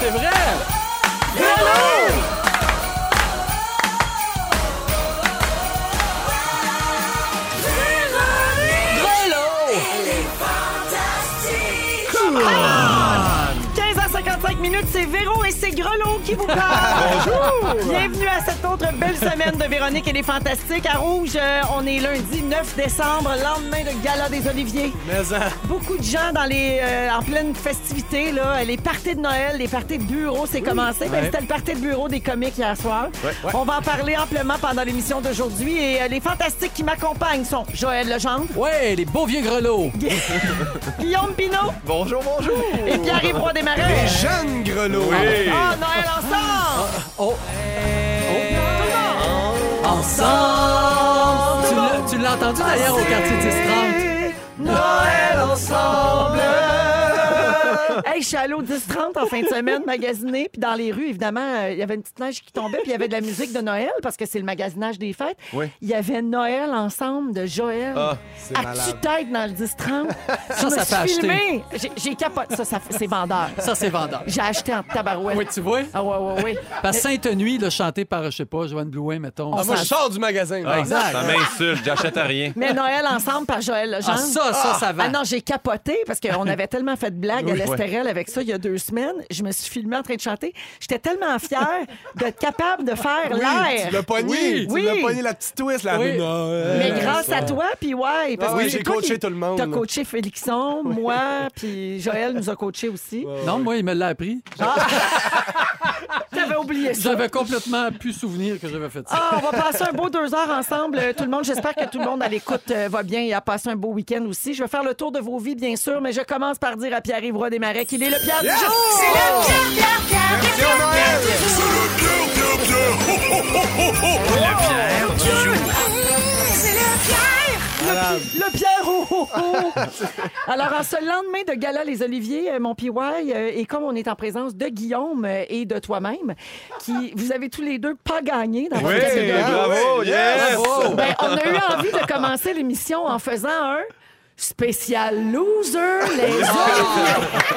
C'est vrai! Vélo! 15 h 55 minutes, c'est Véro et c'est Grelot qui vous parlent. Bonjour. Bienvenue à cette autre belle semaine de Véronique et les Fantastiques. À Rouge, euh, on est lundi 9 décembre, lendemain de Gala des Oliviers. Mais hein, Beaucoup de gens dans les, euh, en pleine festivité, là, les parties de Noël, les parties de bureau, c'est commencé. Ben, Ouais. C'était le party de bureau des comiques hier soir. Ouais, ouais. On va en parler amplement pendant l'émission d'aujourd'hui. Et euh, les fantastiques qui m'accompagnent sont Joël Legendre, Ouais, les beaux vieux grelots! Guillaume Pinot Bonjour, bonjour! et Pierre-Yves Roy Desmarais. Jeanne Grelot! Ah, Noël ensemble! Oh! Tout le monde! Ensemble! Tu l'as- Tu l'as entendu d'ailleurs au quartier 10-30? Noël ensemble! Hey, je suis allée au 10-30 en fin de semaine magasiner. Puis dans les rues, évidemment, euh, il y avait une petite neige qui tombait. Puis il y avait de la musique de Noël parce que c'est le magasinage des fêtes. Oui. Il y avait Noël ensemble de Joël. Ah, c'est à malade. tête dans le 10-30. Ça, ça fait acheter. filmé. J'ai- J'ai capoté. Ça, ça fait- c'est vendeur. Ça, c'est vendeur. J'ai acheté en tabarouette. Oui, tu vois? Ah, ouais, ouais, ouais. Parce que Sainte-Nuit, là, chanté par, je sais pas, Joanne Blouin, mettons. On Ah, s'en- moi, Je sors du magasin. Ah, Exact. Ça m'insulte, j'achète à rien. Mais Noël ensemble par Joël Legendre. Ah, ça, ça, ça va. Ah non, j'ai capoté parce qu'on avait tellement fait de blagues à l'Estérel avec ça il y a deux semaines. Je me suis filmée en train de chanter. J'étais tellement fière d'être capable de faire l'air. Tu l'as pogné! Oui, tu oui. l'as pogné la petite twist, la Oui. Noël. Mais grâce à toi, puis ouais. Parce Ah que oui, c'est j'ai toi coaché qui- tout le monde. T'as coaché Félixon, moi, puis Joël nous a coaché aussi. Non, moi, il me l'a appris. J'avais oublié ça. J'avais complètement pu souvenir que j'avais fait ça. Ah, on va passer un beau deux heures ensemble, euh, tout le monde. J'espère que tout le monde à l'écoute euh, va bien et a passé un beau week-end aussi. Je vais faire le tour de vos vies, bien sûr, mais je commence par dire à Pierre-Yves Roy Desmarais qu'il est le Pierre du jour. C'est au Noël! Le Pierre oh, oh, oh. Alors, en ce lendemain de gala Les Oliviers, euh, mon PY, euh, et comme on est en présence de Guillaume euh, et de toi-même, qui vous avez tous les deux pas gagné dans votre Oui, catégorie. bravo, yes! Ben, on a eu envie de commencer l'émission en faisant un spécial loser, les autres.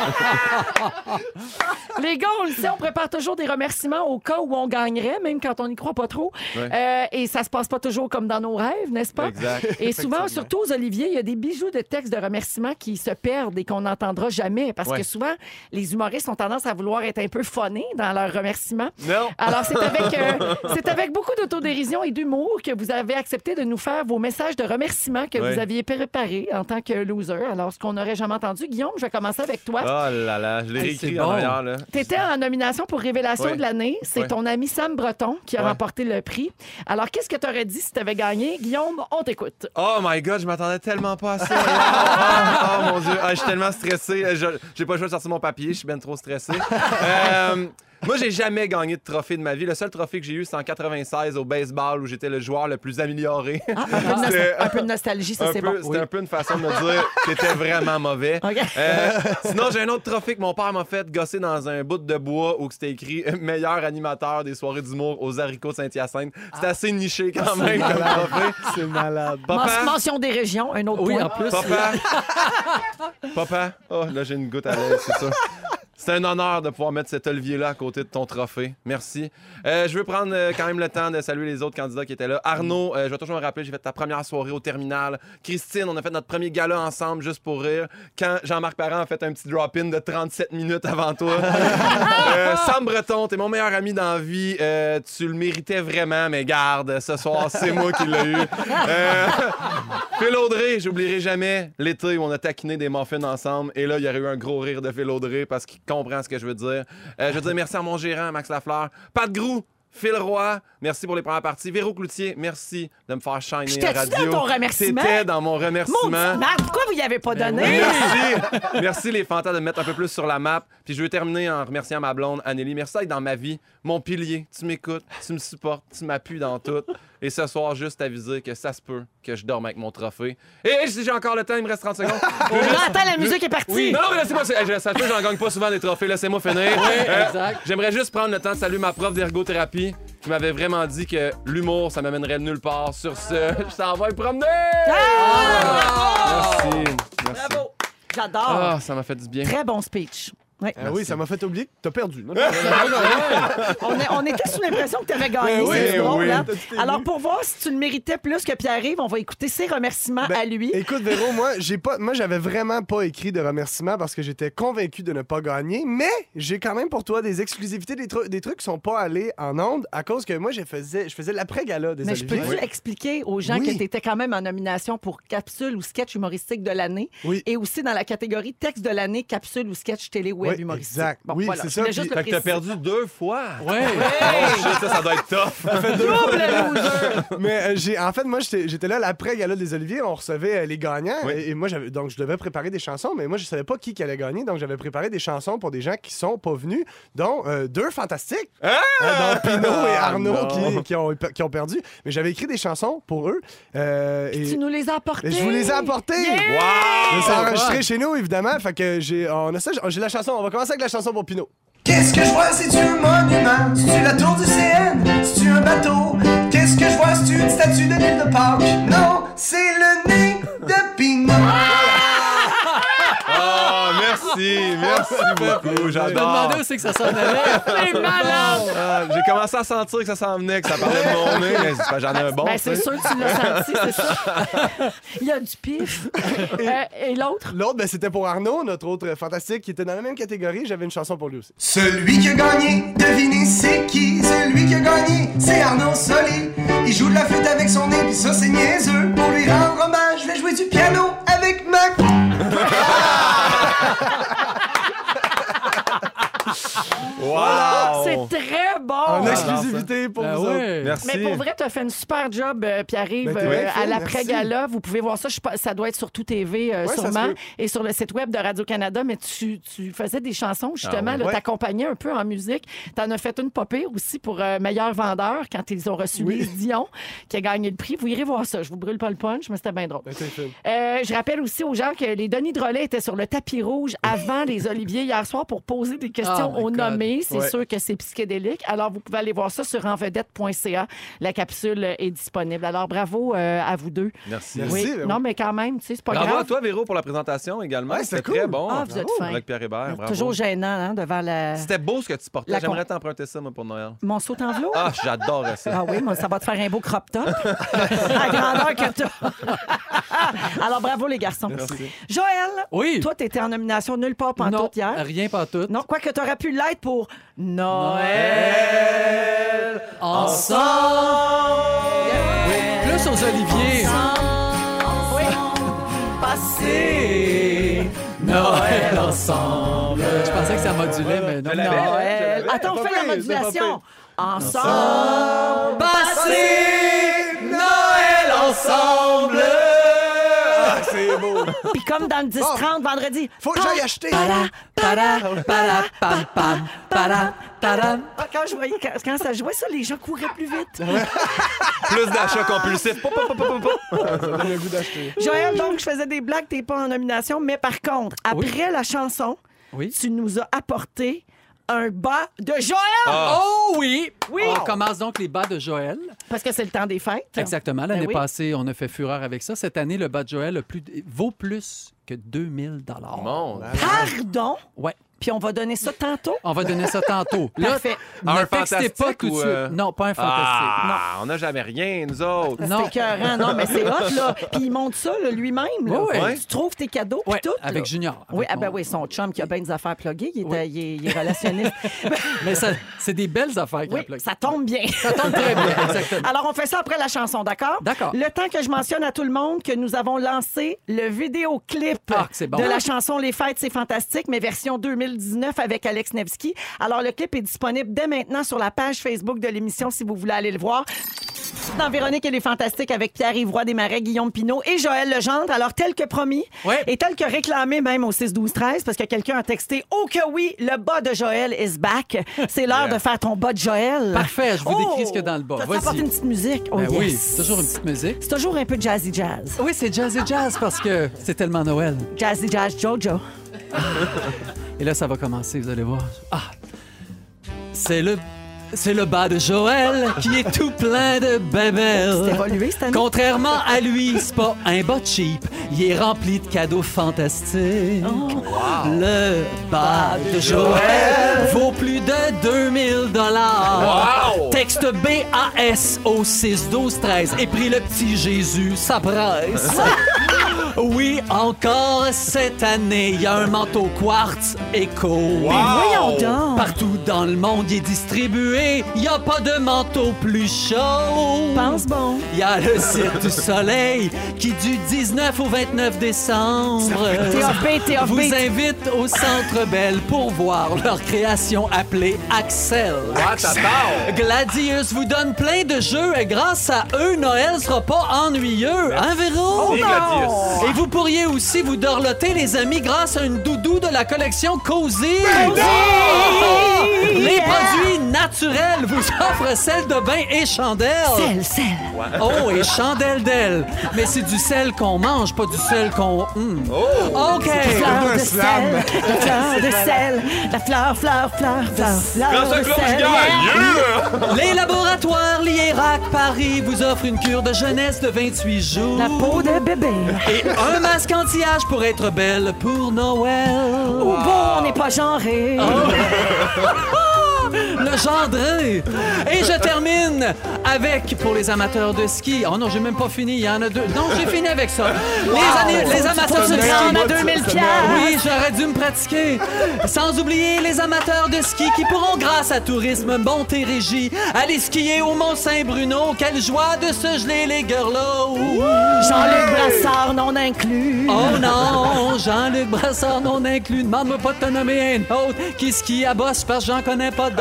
Les gars, on le sait, on prépare toujours des remerciements au cas où on gagnerait, même quand on n'y croit pas trop. Euh, et ça se passe pas toujours comme dans nos rêves, n'est-ce pas? Exact. Et souvent, surtout aux Olivier, il y a des bijoux de textes de remerciements qui se perdent et qu'on n'entendra jamais parce que souvent, les humoristes ont tendance à vouloir être un peu phonés dans leurs remerciements. Non. Alors, c'est avec, euh, c'est avec beaucoup d'autodérision et d'humour que vous avez accepté de nous faire vos messages de remerciements que Oui. vous aviez préparés en tant que loser. Alors, ce qu'on n'aurait jamais entendu. Guillaume, je vais commencer avec toi. Oh là là, je l'ai Hey, réécrit c'est en bon. arrière, là. T'étais en nomination pour Révélation Ouais. de l'année. C'est Ouais. ton ami Sam Breton qui a Ouais. remporté le prix. Alors, qu'est-ce que tu aurais dit si tu avais gagné? Guillaume, on t'écoute. Oh my god, je m'attendais tellement pas à ça. Ah, ah, mon dieu, Ah, je suis tellement stressé. Je- J'ai pas le choix de sortir mon papier, je suis bien trop stressé. Euh, moi, j'ai jamais gagné de trophée de ma vie. Le seul trophée que j'ai eu, c'est en 96 au baseball où j'étais le joueur le plus amélioré. Ah, un, peu de nos- C'est- un peu de nostalgie, ça, Un c'est peu- bon. C'était un peu une façon de me dire t'étais vraiment mauvais. OK. Euh, sinon, j'ai un autre trophée que mon père m'a fait gosser dans un bout de bois où que c'était écrit meilleur animateur des soirées d'humour aux haricots Saint-Hyacinthe. C'était Ah. assez niché quand même comme trophée. C'est malade. Men- Papa, Mention des régions, un autre Oui, point. en plus. papa, papa. Oh, là, j'ai une goutte à l'aise, c'est ça. C'est un honneur de pouvoir mettre cet olivier-là à côté de ton trophée. Merci. Euh, je veux prendre euh, quand même le temps de saluer les autres candidats qui étaient là. Arnaud, euh, je vais toujours me rappeler, j'ai fait ta première soirée au terminal. Christine, on a fait notre premier gala ensemble juste pour rire. Quand Jean-Marc Parent a fait un petit drop-in de 37 minutes avant toi. Euh, Sam Breton, t'es mon meilleur ami dans la vie. Euh, tu le méritais vraiment, mais garde, ce soir, c'est moi qui l'ai eu. Euh, Phil Audrey, j'oublierai jamais l'été où on a taquiné des muffins ensemble. Et là, il y aurait eu un gros rire de Phil Audrey parce qu'il comprend ce que je veux dire. Euh, je veux dire merci à mon gérant, Max Lafleur. Pat Grou, Phil Roy, merci pour les premières parties. Véro Cloutier, merci de me faire shiner à J'étais-tu dans radio. ton remerciement? C'était dans mon Mon Dieu, remerciement. Marc, pourquoi vous n'y avez pas donné? Merci. Merci les fantas de me mettre un peu plus sur la map. Puis je veux terminer en remerciant ma blonde Anneli. Merci d'être dans ma vie, mon pilier. Tu m'écoutes, tu me supportes, tu m'appuies dans tout. Et ce soir, juste aviser que ça se peut que je dorme avec mon trophée. Et si j'ai encore le temps, il me reste 30 secondes. Je veux On juste- entend la musique est partie. non, non, mais laissez-moi. Je, ça se peut, j'en gagne pas souvent des trophées. Laissez-moi finir. Euh, exact. J'aimerais juste prendre le temps de saluer ma prof d'ergothérapie qui m'avait vraiment dit que l'humour, ça m'amènerait nulle part. Sur ce, je t'en vais me promener. Ah, bravo! Merci. Merci. Bravo. J'adore. Ah, ça m'a fait du bien. Très bon speech. Oui. Ah oui, ça m'a fait oublier que t'as perdu. Non, non, On, est- on était sous l'impression que tu avais gagné. Ben oui, c'est ben drôle, oui. hein? T'as tout aimé. Alors, pour voir si tu le méritais plus que Pierre-Yves, on va écouter ses remerciements Ben, à lui. Écoute, Véro, moi, j'ai pas, moi, j'avais vraiment pas écrit de remerciements parce que j'étais convaincu de ne pas gagner, mais j'ai quand même pour toi des exclusivités, des, tru- des trucs qui sont pas allés en onde à cause que moi, je faisais, je faisais l'après-gala des Mais je peux-tu Oliviers. expliquer aux gens Oui. que tu étais quand même en nomination pour capsule ou sketch humoristique de l'année Oui. et aussi dans la catégorie texte de l'année, capsule ou sketch télé web Oui, humoristique. exact. Oui, voilà, c'est je ça, voulais juste puis- le Fait que t'as préciser. perdu deux fois. Ouais. Oh shit, ça, ça doit être tough. Double loser. Mais euh, j'ai, en fait, moi, j'étais, j'étais là l'après-gala des Oliviers, on recevait euh, les gagnants. Oui. Et, et moi, j'avais, donc, je devais préparer des chansons, mais moi, je savais pas qui, qui allait gagner. Donc, j'avais préparé des chansons pour des gens qui sont pas venus, dont euh, deux fantastiques. Euh, donc, Pino et Ah, Arnaud non. qui, qui ont, qui ont perdu. Mais j'avais écrit des chansons pour eux. Euh, et- tu nous les as apportés. mais je vous les ai apportés! Wow! Mais c'est enregistré chez nous, évidemment. Fait que j'ai, on a ça, j'ai la chanson. On va commencer avec la chanson pour Pino. Qu'est-ce que je vois, c'est-tu un monument? C'est-tu la tour du CN? C'est-tu un bateau? Qu'est-ce que je vois, c'est-tu une statue de l'île de Pâques? Non, c'est le nez de Pinot! Oh, merci, merci beaucoup, Je me j'adore. demandais où c'est que ça s'en allait. C'est malade. Ah, J'ai commencé à sentir que ça s'en venait, que ça parlait de mon nez, mais c'est parce que j'en ai un bon. Ben, tu sais. c'est sûr que tu l'as senti, c'est ça. Il y a du pif. Euh, et l'autre? L'autre, ben, c'était pour Arnaud, notre autre fantastique, qui était dans la même catégorie. J'avais une chanson pour lui aussi. Celui qui a gagné, devinez c'est qui? Celui qui a gagné, c'est Arnaud Soli. Il joue de la flûte avec son nez, pis ça c'est niaiseux. Pour lui rendre hommage, je vais jouer du piano avec ma... Oh. Wow! Ah, C'est très bon. En Ah, exclusivité pour Ah vous autres. ouais. Merci. Mais pour vrai, tu as fait une super job, euh, Pierre-Yves, Ben, t'es euh, bien à fine, l'après-gala. Vous pouvez voir ça. Je suis pas- ça doit être sur Tout TV, euh, Ouais, ça se sûrement, peut. et sur le site web de Radio-Canada. Mais tu, tu faisais des chansons, justement. Ah là, ouais. T'accompagnais un peu en musique. T'en as fait une popée aussi pour euh, Meilleur vendeur quand ils ont reçu Oui. Lise Dion, qui a gagné le prix. Vous irez voir ça. Je vous brûle pas le punch, mais c'était bien drôle. Ben, t'es fine. Euh, je rappelle aussi aux gens que les Denis Drolet étaient sur le tapis rouge avant les Oliviers hier soir pour poser des questions Oh my aux God. nommés. C'est Ouais. sûr que c'est psychédélique. Alors, vous pouvez aller voir ça sur envedette.ca. La capsule est disponible. Alors, bravo euh, à vous deux. Merci. Merci. Oui. ben oui. Non, mais quand même, tu sais, c'est pas Bravo à grave. toi, Véro, pour la présentation également. Ouais, C'était c'était très cool. bon. Ah, vous êtes Bravo. fin. Avec Pierre Hébert, bravo. Toujours gênant, hein, devant la... C'était beau ce que tu portais. La J'aimerais con- t'emprunter ça, moi, pour Noël. mon saut en velours. Ah, j'adorais ça. Ah oui, moi, ça va te faire un beau crop top. à grandeur que t'as. Alors, bravo, les garçons. Joël, Oui. toi, t'étais en nomination nulle part non, pantoute hier. rien pas tout. Non, quoi que t'aurais pu l'être pour Noël. Ensemble. Plus aux Olivier. Oui. Passé. Noël ensemble. Je pensais que ça modulait, mais non. Je l'avais. non. Noël. l'avais. Attends, on Pas fait la pire, c'est pas modulation. Ensemble. Passé. Noël ensemble. Ah, c'est beau. Puis comme dans le 10-30 vendredi. Faut que Pa- j'aille acheter. Para, para, para, pam, pam, para, para. Ah, Quand, je voyais, quand, quand ça jouait, ça, les gens couraient plus vite. Plus d'achats compulsifs. Pop, pop, pop, pop, pop. Ça donne le goût d'acheter. Joël, donc, je faisais des blagues, t'es pas en nomination, mais par contre, après Oui. la chanson, Oui. tu nous as apporté un bas de Joël! Ah, Oh oui! Oui. On commence donc les bas de Joël. Parce que c'est le temps des fêtes. Exactement. L'année Ah. Ben oui. passée, on a fait fureur avec ça. Cette année, le bas de Joël a plus- vaut plus que 2000 dollars. mon Dieu. Pardon? Ouais. Puis on va donner ça tantôt. On va donner ça tantôt. Là, Parfait. ne Un textez pas fantastique tout de ou, suite. euh, Non, pas un fantastique. Ah, on n'a jamais rien, nous autres. Non. C'est écœurant. Non, mais c'est hot, là. Puis il monte ça là, lui-même. là. Ouais, ouais. Tu trouves tes cadeaux, puis Ouais, tout. avec là. Junior, avec oui, ah ben mon- oui, son chum qui a bien des affaires pluguées. Il est, Oui. euh, il est- il est relationniste. Mais ça- c'est des belles affaires qu'il oui, a plaquées. ça tombe bien. Ça tombe très bien, exactement. Alors, on fait ça après la chanson, d'accord? D'accord. Le temps que je mentionne à tout le monde que nous avons lancé le vidéoclip Ah, c'est bon. de la chanson Les Fêtes, c'est fantastique, mais version 2019 avec Alex Nevsky. Alors, le clip est disponible dès maintenant sur la page Facebook de l'émission si vous voulez aller le voir. Dans Véronique et les Fantastiques avec Pierre-Yves Roy Desmarais, Guillaume Pinot et Joël Legendre. Alors, tel que promis Ouais. et tel que réclamé même au 6-12-13, parce que quelqu'un a texté « Oh que oui, le bas de Joël is back. C'est l'heure de faire ton bas de Joël. » Parfait, je vous décris ce qu'il y a dans le bas. Oh! T'as-tu Vas-y. apporté une petite musique. Oh, Ben yes. oui, toujours une petite musique. C'est toujours un peu jazzy jazz. Oui, c'est jazz et jazz parce que c'est tellement Noël. Jazzy jazz Jojo. Et là, ça va commencer, vous allez voir. Ah! C'est le c'est le bas de Joël qui est tout plein C'est de babelles. évolué cette année. Contrairement à lui, c'est pas un bas cheap. Il est rempli de cadeaux fantastiques. Le bas de Joël vaut plus de 2000 dollars. Texte BAS au 6 12 13 et pris le petit Jésus, ça presse. oui, encore cette année, il y a un manteau quartz éco. Voyons donc. Partout dans le monde, il est distribué. Il n'y a pas de manteau plus chaud. Pense bon. Il y a le Cirque du Soleil qui, du 19 au 29 décembre, T'es offé, t'es vous offé. invite au Centre Belle pour voir leur création appelée Axel. Gladius vous donne plein de jeux et grâce à eux, Noël sera pas ennuyeux. Hein, Véro? Et Gladius. Et vous pourriez aussi vous dorloter, les amis, grâce à une doudou de la collection Cozy. Ah! Les produits naturels vous offrent sel de bain et chandelle. Celle, celle. Oh, et chandelle d'elle. Mais c'est du sel qu'on mange, pas du sel qu'on... hum. OK. Fleur de slam. sel, la fleur de sel, la fleur, fleur, fleur, fleur, fleur François de Claude, je sel. gagne! Yeah! Les laboratoires Liérac Paris vous offrent une cure de jeunesse de 28 jours. La peau de bébé. Et un masque anti-âge pour être belle pour Noël. Ou bon, on n'est pas genré. Ah. Le gendrin. Et je termine avec, pour les amateurs de ski... Oh non, j'ai même pas fini, il y en a deux. Non, j'ai fini avec ça. Les, années- les amateurs Tu de ski... te rends à 2000 piastres. Oui, j'aurais dû me pratiquer. Sans oublier les amateurs de ski qui pourront, grâce à Tourisme Montérégie, aller skier au Mont-Saint-Bruno. Quelle joie de se geler les girlots! Jean-Luc Brassard non inclus. Oh non, Jean-Luc Brassard non inclus. Demande-moi pas de te nommer un autre qui skie à bosse parce que j'en connais pas d'autres.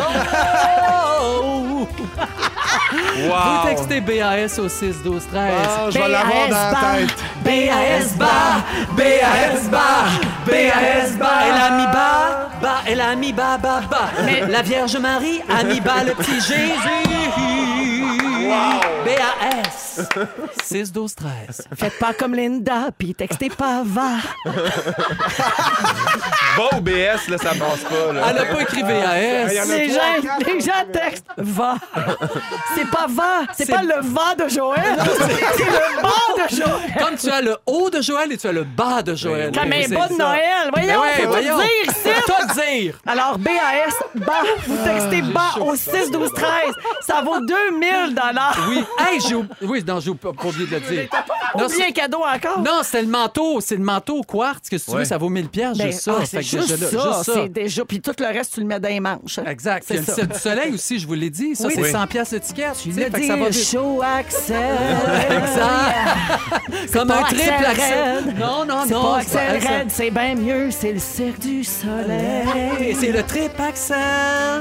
Vous Wow! textez BAS au 6 12 13. Ah, je vais l'avoir dans la BAS, tête. BAS bas, BAS bas, BAS bas. Elle a mis bas, bas, elle a mis bas, bas, bas. la Vierge Marie a mis bas le petit Jésus. BAS 6 12 13. Faites pas comme Linda, puis textez pas va. Bon BS, là, ça passe pas, là. Elle a pas écrit BAS. Il y en a Les trois, gens, quatre. les gens textent va. C'est pas va, c'est C'est- pas le va de Joël, c'est le va de Joël. Comme tu as le haut de Joël et tu as le bas de Joël. La main Oui, bas c'est de ça. Noël, Ben voyons, ouais, faut tout voyons. dire ici. Faut tout dire. Alors, BAS, bas, vous textez bas au 6 12 13 Ça vaut 2000 dollars. Oui, hey, j'ai ou- oui, non, j'ai ou- pas oublié de le dire. Non, Oubliez un cadeau encore. c'est- non, c'est le manteau, c'est le manteau au quartz que si tu veux, Ouais. ça vaut 1000 pièces Ben, juste ça. ah, Fait c'est que juste, déjà là, ça, juste ça. c'est déjà. Puis tout le reste, tu le mets dans les manches. Exact. C'est Il y a le ça. ciel du soleil aussi, je vous l'ai dit, ça Oui. c'est Oui. 100 pièces l'étiquette, tu Tu sais, l'as fait que dit, ça va vite. show Axel. Exact. Comme pas un triple Axel accent. Red. Non, non, C'est non. pas c'est pas Axel Axel. Red, c'est bien mieux, c'est le cirque du soleil. Et c'est le triple accent.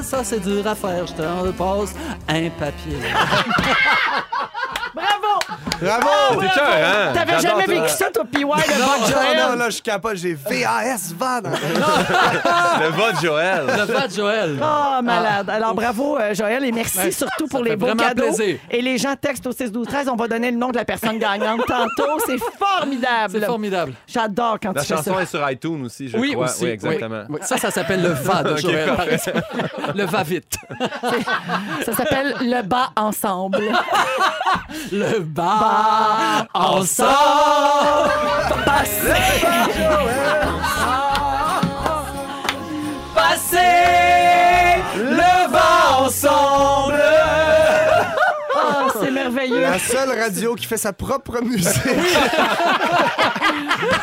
Ça, c'est dur à faire. Je te passe un papier. Bravo! Ah, Bravo! C'est cœur, hein? T'avais J'adore jamais ça. vécu ça, toi, PY, le Bob Ah, Non, non, Joël? là, je capote, j'ai VAS van. Le va de Joël. Le bas de Joël. Oh, malade. Alors, bravo, euh, Joël, et merci Ben, surtout pour Ah. ça les fait beaux vraiment cadeaux. plaisir. Et les gens textent au 6 12 13 On va donner le nom de la personne gagnante tantôt. C'est formidable. C'est formidable. J'adore quand La tu fais chanson ça. est sur iTunes aussi, je Oui, crois. aussi. oui, exactement. Oui, oui. Ça, ça s'appelle le va de Ok, Joël, par exemple. Le va vite. Ça s'appelle Le bas ensemble. Le bas ensemble. Passer le va ensemble. Ah, c'est merveilleux. La seule radio qui fait sa propre musique.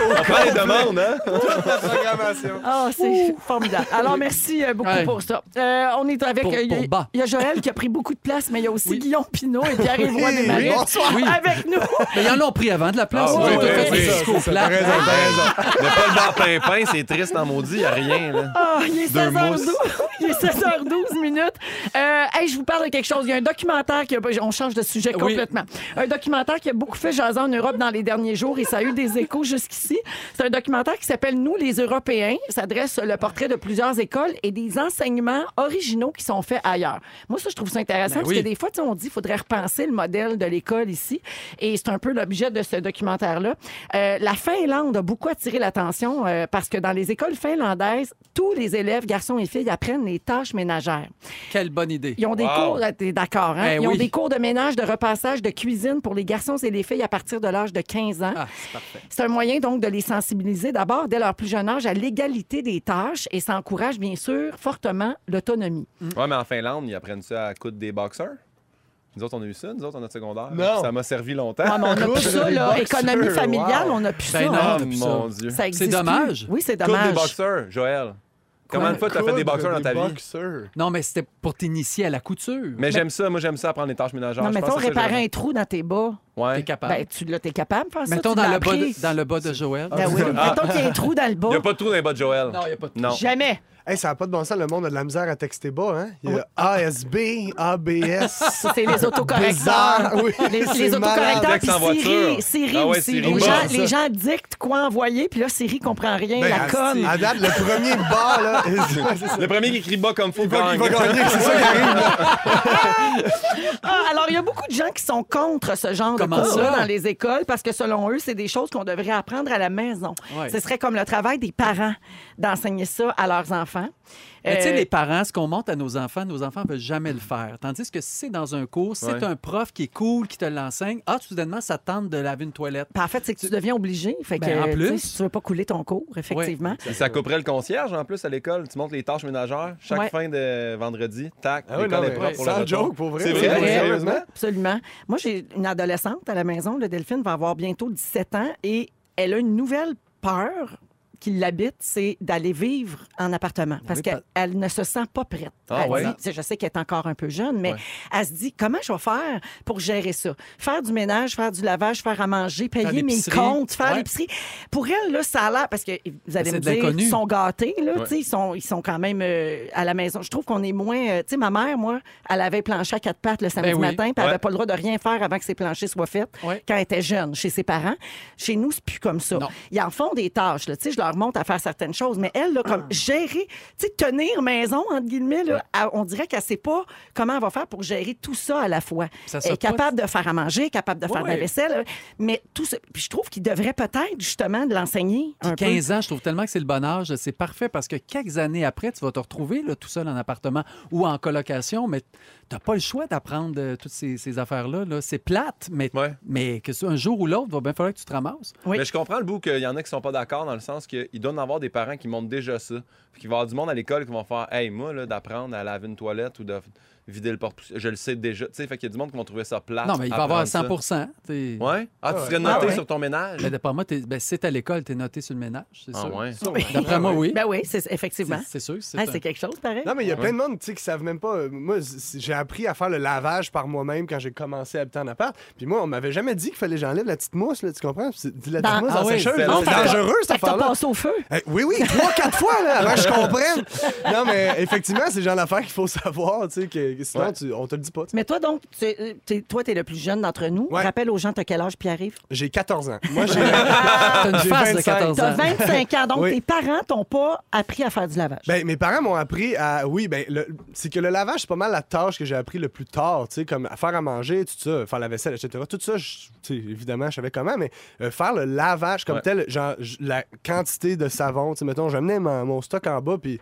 On prend les demandes, hein? la programmation. Ah, c'est formidable. Alors, merci euh, beaucoup Ouais. pour ça. Euh, on est avec. Pour- euh, il y a- pour bas. il y a Joël qui a pris beaucoup de place, mais il y a aussi Oui. Guillaume Pinot et Pierre-Évoix Oui, Desmarais bonsoir. Oui. avec nous. Mais ils en ont pris avant de la place. Ah, Ils ont oui, tout oui, fait oui, des ça, discours plats. T'as ben, raison, t'as raison. Mais pas le bar pimpin, c'est triste en maudit, y a rien, là. Ah, il est Deux 16h12. mousses. Il est 16h12 minutes. Euh, hey, je vous parle de quelque chose. Il y a un documentaire qui a... On change de sujet Oui. complètement. Un documentaire qui a beaucoup fait jaser en Europe dans les derniers jours et ça a eu des échos jusqu'ici. aussi. C'est un documentaire qui s'appelle Nous les Européens. Ça dresse le portrait de plusieurs écoles et des enseignements originaux qui sont faits ailleurs. Moi, ça, je trouve ça intéressant parce oui. que des fois, tu sais, on dit qu'il faudrait repenser le modèle de l'école ici. Et c'est un peu l'objet de ce documentaire-là. Euh, la Finlande a beaucoup attiré l'attention euh, parce que dans les écoles finlandaises, tous les élèves, garçons et filles, apprennent les tâches ménagères. Quelle bonne idée. Ils ont des Wow. cours, là, t'es d'accord, hein? Eh Ils ont oui. des cours de ménage, de repassage, de cuisine pour les garçons et les filles à partir de l'âge de 15 ans. Ah, c'est parfait. C'est un moyen donc de les sensibiliser d'abord dès leur plus jeune âge à l'égalité des tâches et ça encourage bien sûr fortement l'autonomie. Ouais, mais en Finlande, ils apprennent ça à coups des boxeurs. Nous autres, on a eu ça, nous autres, en notre secondaire. Non. Ça m'a servi longtemps. Ah, mais on n'a plus ça, là. boxeurs, Économie familiale, wow. on n'a plus ça. Ben non, hein. Ah, t'as plus ça. mon Dieu. Ça existe plus. dommage. Oui, c'est Coupe des dommage. boxeurs, Joël. Combien de fois t'as fait des boxeurs dans ta vie? Non, mais c'était pour t'initier à la couture. Mais j'aime ça, moi j'aime ça apprendre les tâches ménagères. non, Je mettons, pense que c'est ça que réparer un trou dans tes bas. j'aimerais. T'es Ouais. capable. Ben, tu là, t'es capable de faire ça. Mettons tu dans l'as le, bas appris. de, dans le bas de Joël. Ben oui. Ah. Mettons qu'il y a un trou dans le bas. Il n'y a pas de trou dans les bas de Joël. Non, y a pas de trou. Non. Jamais. Hey, ça n'a pas de bon sens, le monde a de la misère à texter bas, hein? Il y a ASB, ABS. Ça, c'est les autocorrecteurs. Bizarre, oui. Les, les C'est autocorrecteurs, malade. Texte en puis Siri, voiture. Siri Ah ouais, aussi. Siri, les, bon, gens, ça. les gens dictent quoi envoyer, puis là, Siri comprend rien, Ben, la à- conne. À date, le premier bas, là. c'est ça. Le premier qui crie bas comme faut Il va, gagne. il va gagner, c'est ça qui arrive. Ah, alors, il y a beaucoup de gens qui sont contre ce genre Comment de cours-là ça? dans les écoles parce que, selon eux, c'est des choses qu'on devrait apprendre à la maison. Ouais. Ce serait comme le travail des parents d'enseigner ça à leurs enfants. Mais tu sais, Euh, les parents, ce qu'on montre à nos enfants, nos enfants ne peuvent jamais le faire. Tandis que si c'est dans un cours, si c'est Ouais. un prof qui est cool, qui te l'enseigne, ah, tout soudainement, ça te tente de laver une toilette. puis en fait, c'est que tu deviens obligé. Fait que, Ben, en euh, tu plus. sais, si tu veux pas couler ton cours, effectivement. Et Ça couperait le concierge en plus à l'école. Tu montres les tâches ménagères chaque Ouais. fin de vendredi. Tac, Ah oui, l'école non, est mais propre pour le sans retour. joke, pour vrai. C'est C'est vrai, vrai. sérieusement? Absolument. Moi, j'ai une adolescente à la maison. Le Delphine va avoir bientôt 17 ans et elle a une nouvelle peur qui l'habite, c'est d'aller vivre en appartement parce Ben Oui, qu'elle elle ne se sent pas prête. Ah, Elle ouais. dit- tu sais, je sais qu'elle est encore un peu jeune, mais Ouais. elle se dit comment je vais faire pour gérer ça Faire du ménage, faire du lavage, faire à manger, payer mes l'épicerie. comptes, faire Ouais. Ben, l'épicerie. Pour elle, là, ça a l'air parce que vous allez C'est me de dire, l'inconnu. ils sont gâtés là, Ouais. tu sais, ils sont ils sont quand même euh, à la maison. Je trouve qu'on est moins. euh, tu sais, ma mère, moi, elle avait planché à quatre pattes le samedi Ben oui. matin, puis elle Ouais. n'avait pas le droit de rien faire avant que ses planchers soient faits Ouais. quand elle était jeune chez ses parents. Chez nous, c'est plus comme ça. Non. Ils en font des tâches. Là. Tu sais, Je leur montre à faire certaines choses, mais elle, là, Ah. comme gérer, tu sais, tenir maison, entre guillemets, là, elle- on dirait qu'elle ne sait pas comment elle va faire pour gérer tout ça à la fois. Ça elle sera est pas- capable de faire à manger, capable de Ouais, faire de la ouais. vaisselle, euh, mais tout ça. Puis je trouve qu'il devrait peut-être justement de l'enseigner. Puis un peu. 15 ans, je trouve tellement que c'est le bon âge. C'est parfait parce que quelques années après, tu vas te retrouver là, tout seul en appartement ou en colocation, mais t'as pas le choix d'apprendre euh, toutes ces, ces affaires-là. là. C'est plate, mais, Ouais. mais que ça, un jour ou l'autre, il va bien falloir que tu te ramasses. Oui. Mais je comprends le bout qu'il y en a qui sont pas d'accord dans le sens qu'ils doivent en avoir des parents qui montrent déjà ça. Puis qu'il va y avoir du monde à l'école qui vont faire Hey, moi, là, d'apprendre à laver une toilette ou de vider le porte Je le sais déjà. Tu sais, fait qu'il y a du monde qui vont trouver Ah, ça plat. non, mais il va y avoir 100 t'es- Ouais? Ah, tu Ah serais ouais. noté Ah ouais. sur ton ménage. Ben, d'après moi, t'es- ben, si t'es à l'école, t'es noté sur le ménage, c'est Ah sûr. ouais. D'après moi, oui. Ben oui, c'est- effectivement. C'est- c'est sûr. C'est Hein, un- C'est quelque chose, pareil. Non, mais il y a plein de monde tu sais, qui savent même pas. euh, Moi, c- c- j'ai appris à faire le lavage par moi-même quand j'ai commencé à habiter en appart. Puis moi, on m'avait jamais dit qu'il fallait que j'enlève la petite mousse, là, tu comprends? C'est- La petite Dans- mousse Ah en oui, sécheuse, c'est- là, Non, c'est t'as- dangereux Fait cette que t'as affaire-là. passé au feu. Eh, oui, oui, trois, quatre fois, là, avant que je comprenne. Non, mais effectivement, c'est le genre d'affaire qu'il faut savoir, tu sais, que que sinon, Ouais. tu- on te le dit pas. tu sais. Mais toi, donc, tu es, toi, t'es le plus jeune d'entre nous. Ouais. Rappelle aux gens, t'as quel âge, Pierre-Yves? J'ai 14 ans. Moi, j'ai. T'as une J'ai face de 25. 14 T'as ans. 25 ans, donc Oui. tes parents t'ont pas appris à faire du lavage. Ben, mes parents m'ont appris à. Oui, ben, le- c'est que le lavage, c'est pas mal la tâche que j'ai appris le plus tard, tu sais, comme à faire à manger, tout ça, faire la vaisselle, etc. Tout ça, je- tu sais, évidemment, je savais comment, mais euh, faire le lavage comme Ouais. tel, genre, j- la quantité de savon, tu sais, mettons, j'amenais mon, mon stock en bas, puis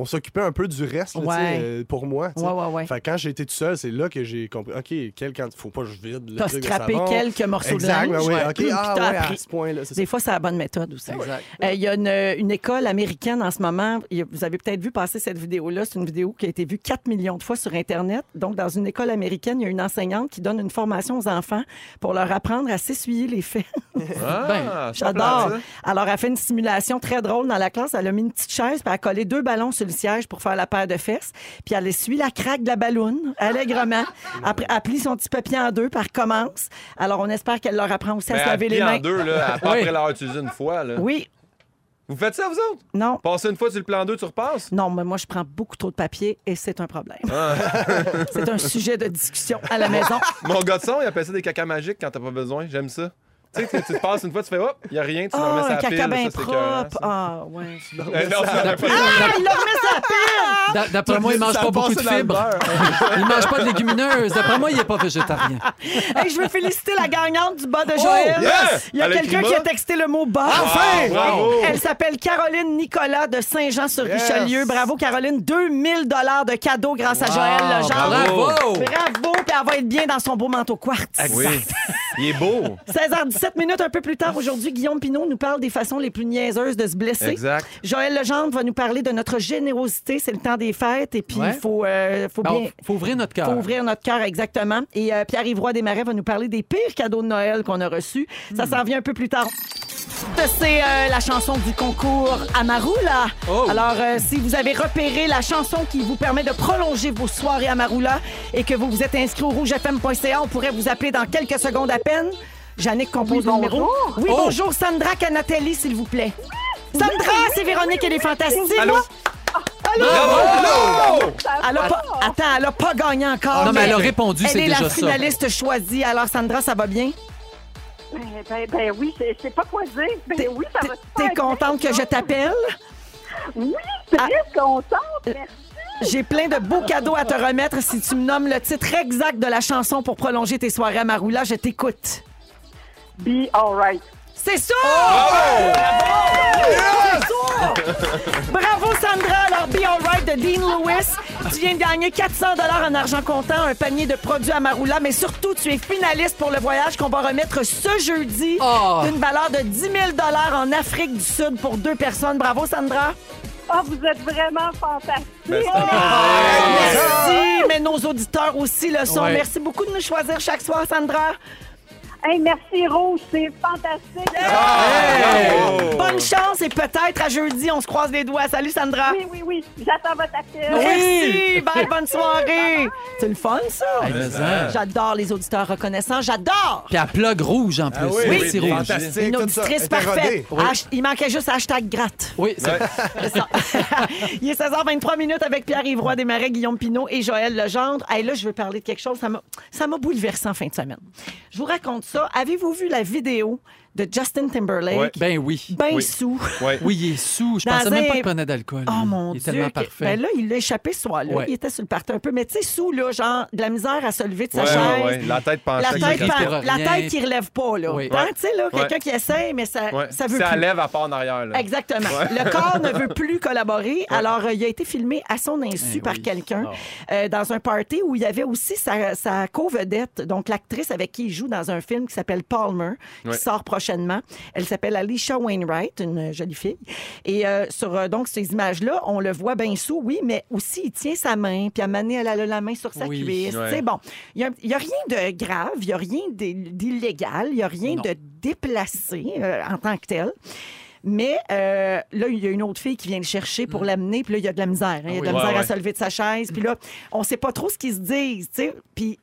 on s'occupait un peu du reste, là, tu sais, Ouais. euh, pour moi. tu sais. ouais, ouais, ouais. Fait que quand j'ai été tout seul, c'est là que j'ai compris. OK, quel quand faut pas que je vide le T'as truc de scrappé savon. quelques morceaux Exact, de ben linge. oui, ouais, OK, puis ah t'as ouais, à appris. ce point-là, c'est ça. Des fois, c'est la bonne méthode aussi. Euh, Exact. Il y a une, une école américaine en ce moment. Il y a- Vous avez peut-être vu passer cette vidéo-là. C'est une vidéo qui a été vue 4 millions de fois sur Internet. Donc, dans une école américaine, il y a une enseignante qui donne une formation aux enfants pour leur apprendre à s'essuyer les fesses. Ben, Ah, c'est pas J'adore. plate, Alors, elle a fait une simulation très drôle dans la classe. Elle a mis une petite chaise, puis elle a collé deux ballons sur le siège pour faire la paire de fesses. Puis elle essuie la craque de la balloune allègrement. Après, elle plie son petit papier en deux, puis elle recommence. Alors, on espère qu'elle leur apprend aussi ça. à Mais se laver les habillé mains. Ben, en deux, là, à part Oui. après l'avoir utilisé une fois. Là. Oui, Vous faites ça, vous autres? non. Passez une fois sur le plan 2, tu repasses? Non, mais moi, je prends beaucoup trop de papier et c'est un problème. Ah. c'est un sujet de discussion à la maison. Mon gars de son, il appelle ça des cacas magiques quand t'as pas besoin. J'aime ça. Tu Tu sais, tu- tu te passes une fois, tu fais hop, il n'y a rien, tu le remets Ah, un ça à pile. caca bien Ça, c'est écœurant, propre. Ah, ouais. ça. Euh, non, ça, c'est pas- Ah, il l'a remis sa pile! D'a- D'après moi, il mange Ça pas beaucoup passe de dans le fibres. beurre. Il mange pas de légumineuses. D'après moi, il est pas végétarien. Hey, je veux féliciter la gagnante du bas de Joël. yes! Il y a Elle quelqu'un écrit qui a bas. texté le mot bas. Enfin! Bravo! Elle s'appelle Caroline Nicolas de Saint-Jean-sur-Richelieu. Bravo, Caroline. 2000 dollars de cadeaux grâce à Joël Legendre. Bravo! Ah, Bravo, puis elle va être bien dans son beau manteau quartz. Oui. Il est beau. 16h17 minutes, un peu plus tard aujourd'hui, Guillaume Pinot nous parle des façons les plus niaiseuses de se blesser. Exact. Joël Legendre va nous parler de notre générosité. C'est le temps des fêtes et puis il Ouais. faut, euh, faut Ben, bien... on- faut ouvrir notre cœur. Faut ouvrir notre cœur, exactement. Et euh, Pierre-Yves Roy Desmarais va nous parler des pires cadeaux de Noël qu'on a reçus. Ça Hmm. s'en vient un peu plus tard. C'est euh, la chanson du concours Amarula. Oh. Alors, euh, si vous avez repéré la chanson qui vous permet de prolonger vos soirées Amarula et que vous vous êtes inscrit au rougefm.ca, on pourrait vous appeler dans quelques secondes à peine. Jannick compose le numéro. Oui, Oh. bonjour, Sandra Canatelli, s'il vous plaît. Sandra, c'est Véronique, elle est fantastique. Allô? Elle a pas, attends, elle a pas gagné encore. Non, mais elle a répondu, Elle c'est est la déjà ça. finaliste choisie. Alors, Sandra, ça va bien? Ben, ben, ben oui, c'est c'est pas quoi dire. Ben oui, ça va super T'es bien. contente que je t'appelle? Oui, très contente. Merci. J'ai plein de beaux cadeaux à te remettre si tu me nommes le titre exact de la chanson pour prolonger tes soirées à Maroula. Je t'écoute. Be alright. C'est ça! C'est ça! Bravo, Sandra! Alors, Be Alright de Dean Lewis. Tu viens de gagner 400 en argent comptant, un panier de produits à Maroula, mais surtout, tu es finaliste pour le voyage qu'on va remettre ce jeudi Oh. d'une valeur de 10 000 en Afrique du Sud pour deux personnes. Bravo, Sandra! Ah, vous êtes vraiment fantastique. Ben, c'est un Ah! Ah! Merci, mais nos auditeurs aussi le sont. Ouais. Merci beaucoup de nous choisir chaque soir, Sandra. Hey, merci, Rouge. C'est fantastique. Ah, Bravo. Bonne chance et peut-être à jeudi, on se croise les doigts. Salut, Sandra. Oui, oui, oui. J'attends votre appel. Merci. Bye, bonne soirée. C'est le fun, ça. Hey, mais hein. J'adore les auditeurs reconnaissants. J'adore. Puis à plug rouge en plus. oui, Le oui, petit oui, rouge. fantastique. Fantastique, Une tout ça. auditrice Elle était parfaite. rodée. Hasht- Il manquait juste hashtag gratte. Oui, c'est Ouais. C'est ça. Il est 16h23 minutes avec Pierre-Yves Roy Desmarais, Guillaume Pinault et Joël Legendre. Hey, là, je veux parler de quelque chose. Ça m'a- Ça m'a bouleversé en fin de semaine. Je vous raconte ça. Avez-vous vu la vidéo de Justin Timberlake? Ouais. Ben oui. Ben Oui. sous. Ouais. Oui, il est sous. Je Dans pensais même un- pas qu'il prenait d'alcool. Oh lui. mon Il est Dieu. tellement que- parfait. Ben là, il l'a échappé ce soir-là. Ouais. Il était sur le parterre un peu. Mais tu sais, sous, là, genre, de la misère à se lever de sa Ouais, chaise. ouais, ouais. La tête penchée. La avec tête, respire par- la rien. tête qui relève pas, là. Oui. Hein, Ouais. Tu sais, là, quelqu'un Ouais. qui essaie, mais ça, Ouais. ça veut Si plus. elle lève, elle part en arrière. Là. Exactement. Le corps ne veut plus collaborer. Alors, euh, il a été filmé à son insu Eh par oui. quelqu'un Oh. euh, dans un party où il y avait aussi sa, sa co-vedette, donc l'actrice avec qui il joue dans un film qui s'appelle Palmer, Ouais. qui sort prochainement. Elle s'appelle Alicia Wainwright, une jolie fille. Et euh, sur euh, donc ces images-là, on le voit bien sous, oui, mais aussi il tient sa main, puis à Mané, elle a le- la main sur sa Oui. cuisse. Ouais. Tu sais, bon, il n'y a, rien de grave, il n'y a rien d'é- d'illégal, il n'y a rien Non. de déplacé euh, en tant que tel. Mais euh, là, il y a une autre fille qui vient le chercher pour l'amener, puis là, il y a de la misère. hein. Il y a de la Mm. Oui. misère Ouais, à ouais. se lever de sa chaise, puis là, on sait pas trop ce qu'ils se disent, tu sais. Puis.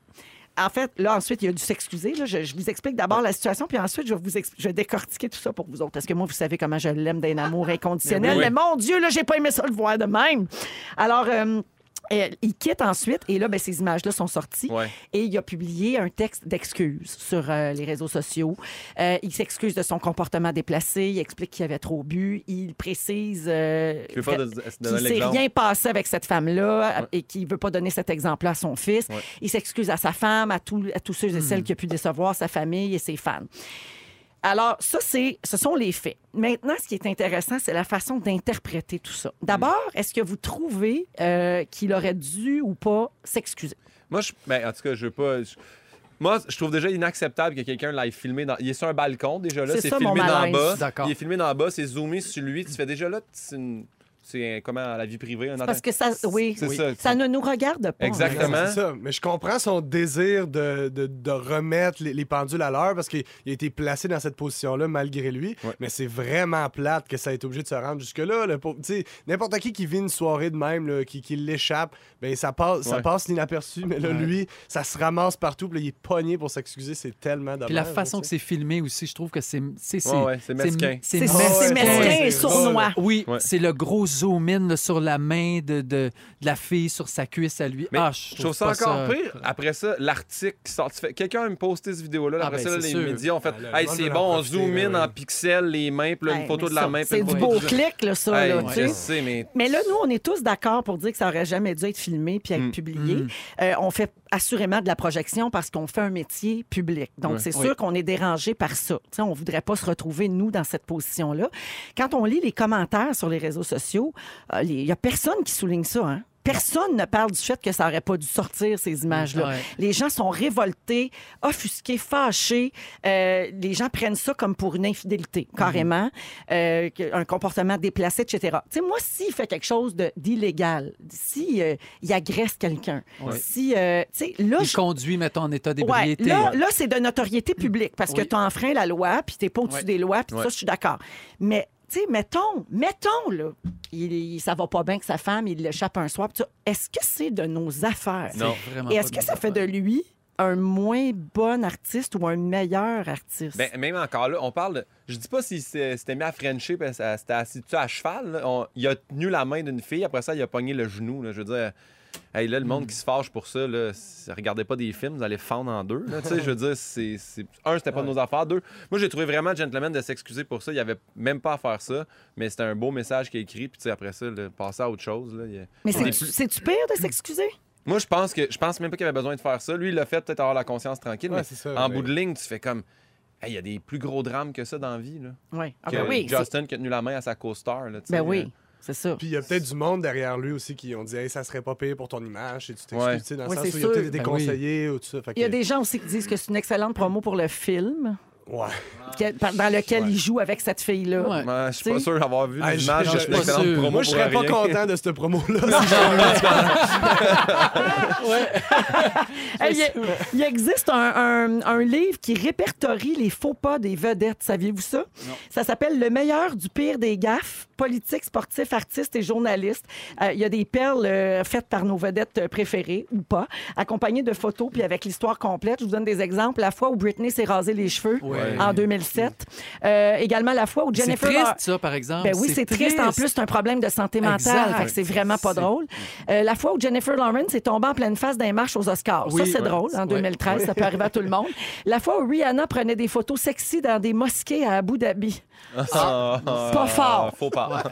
En fait, là, ensuite, il y a dû s'excuser. là. Je, je vous explique d'abord la situation, puis ensuite, je vais vous expli- je vais décortiquer tout ça pour vous autres. Parce que moi, vous savez comment je l'aime d'un amour inconditionnel. Mais Ben oui. Mais mon Dieu, là, j'ai pas aimé ça le voir de même. Alors, euh, euh, il quitte ensuite, et là, ben, ces images-là sont sorties. Ouais. Et il a publié un texte d'excuse sur euh, les réseaux sociaux. Euh, il s'excuse de son comportement déplacé. Il explique qu'il avait trop bu. Il précise. euh, Je veux pas de- de- qu'il donner s'est l'exemple. rien passé avec cette femme-là euh, et qu'il veut pas donner cet exemple-là à son fils. Ouais. Hmm. Il s'excuse à sa femme, à, tous- à tous ceux et celles qui ont pu décevoir, sa famille et ses fans. Alors, ça, c'est, ce sont les faits. Maintenant, ce qui est intéressant, c'est la façon d'interpréter tout ça. D'abord, est-ce que vous trouvez euh, qu'il aurait dû ou pas s'excuser? Moi, je... ben, en tout cas, je veux pas. je- Moi, je trouve déjà inacceptable que quelqu'un l'aille filmer. Dans... Il est sur un balcon déjà là, C'est c'est ça, mon filmé d'en malaise. bas. D'accord. Il est filmé d'en bas, c'est zoomé sur lui. Tu fais déjà là, c'est une- c'est un- comment la vie privée. Un Parce que ça, oui, C'est ça. ça ne nous regarde pas. Exactement. en fait. Comment? C'est ça. Mais je comprends son désir de, de- de remettre les, les pendules à l'heure parce qu'il il a été placé dans cette position-là malgré lui. Ouais. Mais c'est vraiment plate que ça ait été obligé de se rendre jusque-là. le pauvre. Tu sais, N'importe qui qui vit une soirée de même, là, qui, qui l'échappe, ben, ça passe, ça Ouais. passe inaperçu. Mais là, lui, ça se ramasse partout. Puis là, il est pogné pour s'excuser. C'est tellement dommage. Puis la façon que tu sais. c'est filmé aussi, je trouve que c'est c'est c'est Ouais, ouais, c'est mesquin. C'est C'est c'est ouais, mesquin ouais, et c'est sournois. Oui, Ouais. c'est le gros zoom in là, sur la main de, de, de la fille, sur sa cuisse à lui. Mais ah, je Je trouve trouve ça pas encore pire. Après ça, l'article qui sort. tu fais- Quelqu'un me poste cette vidéo-là. Ah, Après ben, ça, là, c'est les sûr. médias ont fait Ah, le Hey, monde c'est en bon, on profite, zoom in oui. en pixels, les mains, puis là, une hein. Hey, photo mais de la ça, main. puis C'est une du photo beau du- clic, là, ça. Hey, là, tu je sais. sais, mais. Mais là, nous, on est tous d'accord pour dire que ça aurait jamais dû être filmé puis être Mm. publié. Mm. Euh, on fait assurément de la projection parce qu'on fait un métier public. Donc, Ouais. c'est Oui. sûr qu'on est dérangé par ça. Tu sais, on voudrait pas se retrouver, nous, dans cette position-là. Quand on lit les commentaires sur les réseaux sociaux, euh, les- il y a personne qui souligne ça, hein? Personne ne parle du fait que ça aurait pas dû sortir, ces images-là. Ouais. Les gens sont révoltés, offusqués, fâchés. Euh, les gens prennent ça comme pour une infidélité, Mhm. carrément, Euh, que- un comportement déplacé, etc. Tu sais, moi, s'il fait quelque chose de- d'illégal, s'il euh, agresse quelqu'un, Ouais. si, euh, tu sais, là, Il je- conduit, mettons, en état Ouais, d'ébriété. là, là, c'est de notoriété publique parce que Oui. tu enfreins la loi, puis t'es pas au-dessus Ouais. des lois, puis Ouais. ça, je suis d'accord. Mais, tu sais, mettons, mettons, là, il, il- ça va pas bien que sa femme, il l'échappe un soir, puis ça. Est-ce que c'est de nos affaires? C'est Non. vraiment Et pas est-ce que nos ça fait de affaires. lui un moins bon artiste ou un meilleur artiste? Ben, même encore là, on parle. de- Je dis pas s'il s'est- s'était mis à Frencher parce que c'était assis dessus à cheval. là. On- Il a tenu la main d'une fille, après ça, il a pogné le genou. là. Je veux dire, hey, là, le monde qui se fâche pour ça, là, c'est- regardez pas des films, vous allez fendre en deux. là. Tu sais, je veux dire, c'est, c'est- un, c'était pas de nos affaires. Deux, moi, j'ai trouvé vraiment gentleman de s'excuser pour ça. Il y avait même pas à faire ça, mais c'était un beau message qu'il a écrit. Puis tu sais, après ça, là, passer à autre chose. là, il- Mais on est- c'est-tu c'est-tu pire de s'excuser? Moi, je pense que je pense même pas qu'il avait besoin de faire ça. Lui, il l'a fait peut-être avoir la conscience tranquille, Ouais, mais c'est ça, en mais- bout de ligne, tu fais comme. Hey, Il y a des plus gros drames que ça dans la vie. Là Ouais. Ah que ben oui. c'est- Justin qui a tenu la main à sa co-star. Là, tu sais. Ben oui, c'est ça. Puis il y a peut-être du monde derrière lui aussi qui ont dit hey, ça serait pas pire pour ton image et tu t'excuses, Ouais. tu sais, dans Ouais, le c'est sens où il a sûr. peut-être été Ben oui. conseillé ou tout ça. Fait Il y a que- des gens aussi qui disent que c'est une excellente promo pour le film Ouais. que- par- dans lequel Ouais. il joue avec cette fille-là. Ouais. Ouais, euh, je suis pas T'sais. sûr d'avoir vu Ah, je- l'image non, de je suis pas l'excellente sûr. promo Moi, je pour serais pas rien. content de cette promo-là. Hey, il, il existe un, un- un livre qui répertorie les faux pas des vedettes. Saviez-vous ça? Ça s'appelle Le meilleur du pire des gaffes, politiques, sportifs, artistes et journalistes. Euh, il y a des perles euh, faites par nos vedettes euh, préférées ou pas, accompagnées de photos puis avec l'histoire complète. Je vous donne des exemples. La fois où Britney s'est rasé les cheveux Ouais. en 2007. Euh, également la fois où C'est Jennifer... triste, ça, par exemple. Ben oui, c'est triste. En plus, c'est un problème de santé mentale. Ah, Exact. Fait que c'est vraiment pas C'est- drôle. Euh, la fois où Jennifer Lawrence est tombée en pleine face d'un marche aux Oscars. ça, Oui, c'est ouais. drôle. En Ouais. 2013, ça peut arriver à tout le monde. La fois où Rihanna prenait des photos sexy dans des mosquées à Abu Dhabi. Ah, Pas fort. Faut pas.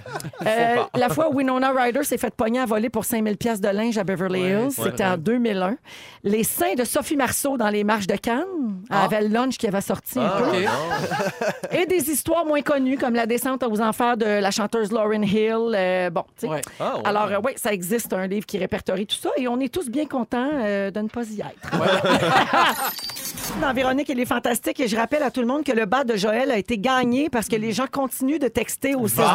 Euh, la fois où Winona Ryder s'est fait pogner à voler pour 5000 pièces de linge à Beverly Ouais, Hills, ouais. c'était en 2001. Les seins de Sophie Marceau dans les marches de Cannes, Ah. avec le lunch qui avait sorti un Ah, peu. OK. non. Et des histoires moins connues, comme la descente aux enfers de la chanteuse Lauren Hill. Euh, bon, tu sais. Ouais. Ah, ouais. Alors, oui, ça existe, un livre qui répertorie tout ça, et on est tous bien contents euh, de ne pas y être. Dans Véronique, il est fantastique, et je rappelle à tout le monde que le bas de Joël a été gagné parce que les gens continuent de texter Bah, au 16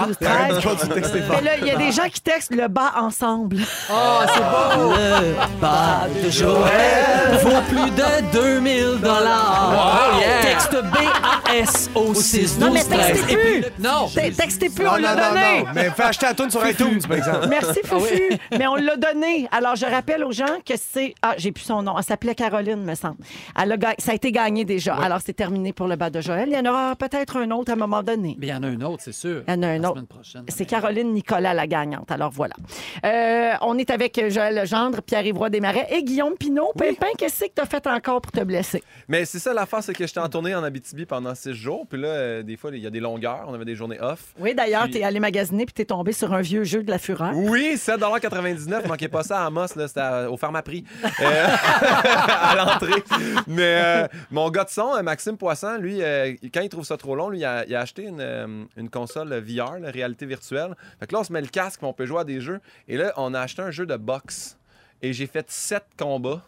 12 13. Mais là, il y a des gens qui textent le bas ensemble. Ah, c'est beau! Le bas de Joël vaut plus de 2000 dollars. Texte B-A-S. au 6 Non, mais 12 13. textez Et puis, plus. le- Non! Te- Textez plus, on Non, l'a non, non, donné. non. Mais fais acheter la tune sur iTunes, par exemple. Merci, Fufu. Mais on l'a donné. Alors, je rappelle aux gens que c'est. Ah, j'ai plus son nom. Elle s'appelait Caroline, me semble. Elle a ga- Ça a été gagné déjà. Alors, c'est terminé pour le bas de Joël. Il y en aura peut-être un autre à un moment donné. Mais il y en a un autre, c'est sûr. Il y en a un La autre. semaine prochaine. Ah, C'est Caroline Nicolas, la gagnante. Alors voilà. Euh, on est avec Joël Legendre, Pierre-Yvroy Desmarais et Guillaume Pinault. Pimpin, qu'est-ce que t'as fait encore pour te blesser? Mais c'est ça l'affaire, c'est que j'étais en tournée en Abitibi pendant six jours. Puis là, euh, des fois, il y a des longueurs. On avait des journées off. Oui, d'ailleurs, Puis- t'es allé magasiner puis t'es tombé sur un vieux jeu de la fureur. Oui, 7,99 Manquez pas ça à Amos, là, c'était à- au Pharmaprix. Euh, à l'entrée. Mais euh, mon gars de son, euh, Maxime Poisson, lui, euh, quand il trouve ça trop long, lui, il a, il a acheté une, euh, une console VR, la réalité virtuelle. Fait que là, on se met le casque, puis on peut jouer à des jeux. Et là, on a acheté un jeu de boxe. Et j'ai fait sept combats.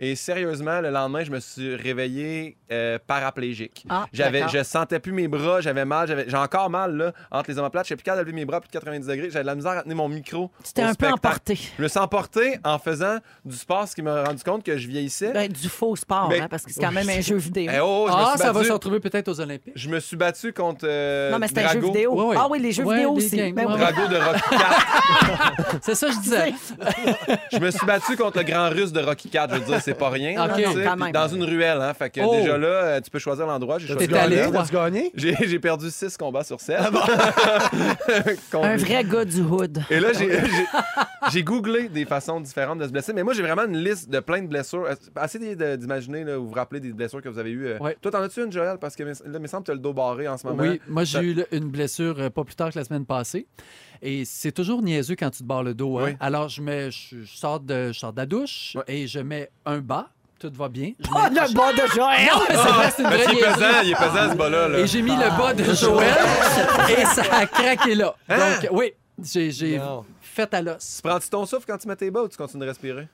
Et sérieusement, le lendemain, je me suis réveillé euh, paraplégique. Ah, J'avais, d'accord. je sentais plus mes bras, j'avais mal, j'avais- j'ai encore mal là, entre les omoplates. Je sais plus capable de lever mes bras à plus de 90 degrés. J'avais de la misère à tenir mon micro. Tu t'es au un peu spectacle. emporté. Je me suis emporté en faisant du sport, ce qui m'a rendu compte que je vieillissais. Ben, du faux sport, Mais- hein, parce que c'est quand même un jeu vidéo. Eh oh, je me Ah, suis Ben, ça va battu. se retrouver peut-être aux Olympiques. Je me suis battu contre euh, non, mais c'est un jeu Drago. vidéo. Ouais, ouais. Ah oui, les jeux Ouais, vidéo les aussi. games, Ben ouais, oui. ouais. Drago de Rocky 4. C'est ça que je disais. je me suis battu contre le grand russe de Rocky 4. Je veux dire, c'est pas rien. Ok. tu sais, Non, quand puis même. Dans une ruelle, hein. Fait que Oh. déjà là, euh, tu peux choisir l'endroit. J'ai choisi T'es allé, l'endroit. toi? T'as-tu gagné? J'ai j'ai perdu 6 combats sur 7. Ah Un vrai gars du hood. Et là, Ah j'ai- j'ai- j'ai googlé des façons différentes de se blesser. Mais moi, j'ai vraiment une liste de plein de blessures. Euh, Essayez de- d'imaginer, là, vous vous rappelez des blessures que vous avez eues. euh. Ouais. Toi, t'en as-tu une, Joël? Parce que mes- là, il me semble que t'as le dos barré en ce moment. Oui, moi j'ai Ça- eu le- une blessure euh, pas plus tard que la semaine passée. Et c'est toujours niaiseux quand tu te barres le dos. hein. Oui. Alors je, mets, je, je sors de, je sors de la douche Ouais. et je mets un bas. Tout va bien. Je Oh, mets- le bas de Joël! Non, mais c'est vrai, c'est une Parce vraie qu'il est niaiserie. pesant, il est pesant, ce bas-là. là. Et j'ai mis le bas Ah, de Joël et ça a craqué là. Hein? Donc oui, j'ai- j'ai Non. fait à l'os. Prends-tu ton souffle quand tu mets tes bas ou tu continues de respirer?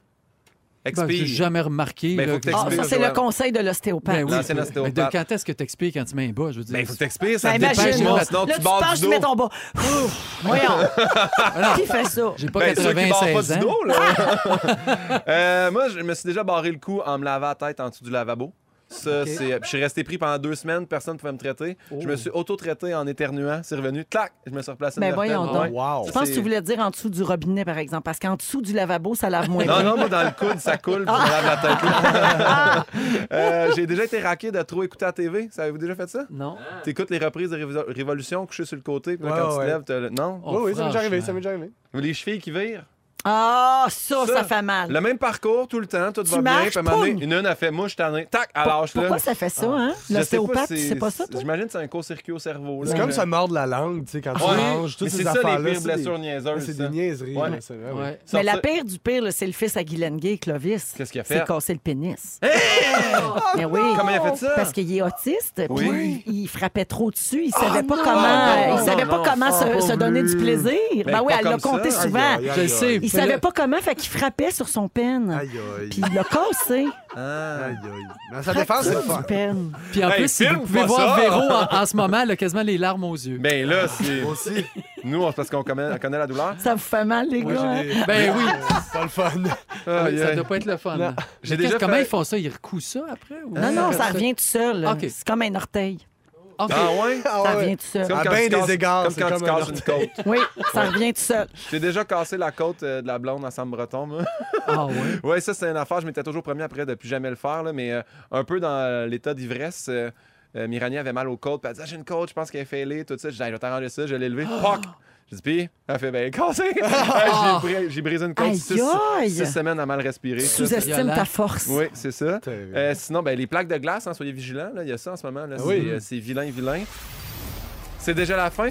Ben, j'ai Expire. jamais remarqué. Ben, là, faut que que- Ah, t'expliques. Ben ça, c'est Joël. le conseil de l'ostéopathe. oui, L'ancien mais ostéopathe. de quand est-ce que t'expliques quand tu mets un bas? Je veux dire, Ben, il faut que t'expires, ça Ben, te dépêche, imagine, là, moi. sinon Là, tu tu barres penses, du je dos. mets ton bas. Ouf, Voyons. Qui fait ça? j'ai pas Ben, ceux qui barrent pas 96 ans. du dos, là. Euh, moi, je me suis déjà barré le cou en me lavant la tête en dessous du lavabo. Ça, Ok. c'est. euh, puis Je suis resté pris pendant deux semaines, personne ne pouvait me traiter. Oh. Je me suis auto-traité en éternuant, c'est revenu, clac, je me suis replacé. Ben, une vertèbre. voyons donc. Wow. Je pense que C'est- tu voulais dire en dessous du robinet, par exemple, parce qu'en dessous du lavabo, ça lave moins Non, bien. non, moi, dans le coude, ça coule, puis je me lave la tête. là. Euh, J'ai déjà été raqué de trop écouter à TV. Ça avez-vous déjà fait ça? Non. T'écoutes les reprises de Révo- Révolution, couché sur le côté, puis là, Ouais, quand tu ouais. te lèves, t'as le- Non? Oh, oui, oui, ça m'est déjà arrivé, franchement. ça m'est déjà arrivé. Les chevilles qui virent. Ah, ça, ça, Ça, fait mal. Le même parcours tout le temps, tout Tu va bien. marches, Puis à un moment donné, poum! une une a fait moi, je t'en ai. Tac, à lâche là. Pourquoi ça fait ça, hein? Je sais L'ostéopathe, si- c'est pas ça, toi? J'imagine que c'est un court-circuit au cerveau. là. C'est comme ça mordre la langue, tu sais, quand tu Ouais. manges, toutes Mais ces c'est ça, les affaires-là. pires blessures niaiseuses. C'est ça. des niaiseries. Ouais. là, c'est vrai, oui. Ouais. Mais Sortir- la pire du pire, là, c'est le fils à Guylaine Gay, Clovis. Qu'est-ce qu'il a C'est fait? casser le pénis. Mais oui. Comment il a fait ça? Parce qu'il est autiste, Oui. puis il frappait trop dessus. Il savait pas Ah, comment, non, il savait non, pas non, comment pas se, voulu. se donner du plaisir. Ben, ben oui, pas elle l'a comme ça. compté Aïe, souvent. aïe, Je aïe. le sais. Il savait pas comment, fait qu'il frappait sur son pen. Aïe, aïe. Puis il l'a cassé. Ah. Aïe, aïe. Mais ça défend, c'est le Du fun. pen. Puis en Hey, plus, si Ben, filme vous pouvez pas voir ça! Véro en, en ce moment, elle a quasiment les larmes aux yeux. Ben là, c'est. Ah, Aussi. Nous, on- parce qu'on connaît, on connaît la douleur. Ça vous fait mal, les gars. hein? Ben oui. C'est pas le fun. Ah, Aïe, ça aïe. doit pas être le fun. Non. Mais euh, J'ai qu'est-ce- déjà Comment fait- ils font ça? Ils recouent ça après? ou- Non, non, ça Ok. revient tout seul. là. Ah, Ok. C'est comme un orteil. Ok. Ah ouais? Ça Ah ouais. revient tout seul. C'est comme À quand bien tu des casses- égards, Comme c'est quand comme tu un casses une côte. Oui, ça revient tout seul. J'ai déjà cassé la côte euh, de la blonde à Sam Breton, moi. Ah ouais. Ouais, ça, c'est une affaire. Je m'étais toujours promis après de plus jamais le faire, là, mais euh, un peu dans euh, l'état d'ivresse. euh, euh, Mirani avait mal au côte, puis elle dit Ah, J'ai une côte, je pense qu'elle est failée, tout ça. Je dis Ah, Je vais t'arranger ça, je l'ai levé. Ah! Poc J'ai dit Puis, elle fait Ben, cassé Ah, J'ai bri- j'ai brisé une côte Aïe, six, aïe. six semaines à mal respirer. Tu Ça, c'est- sous-estimes violent. ta force. Oui, c'est ça. Terrible. Euh, sinon, ben, les plaques de glace, hein, soyez vigilants, là, il y a ça en ce moment. là, Ah c'est oui. euh, c'est vilain, vilain. C'est déjà la fin.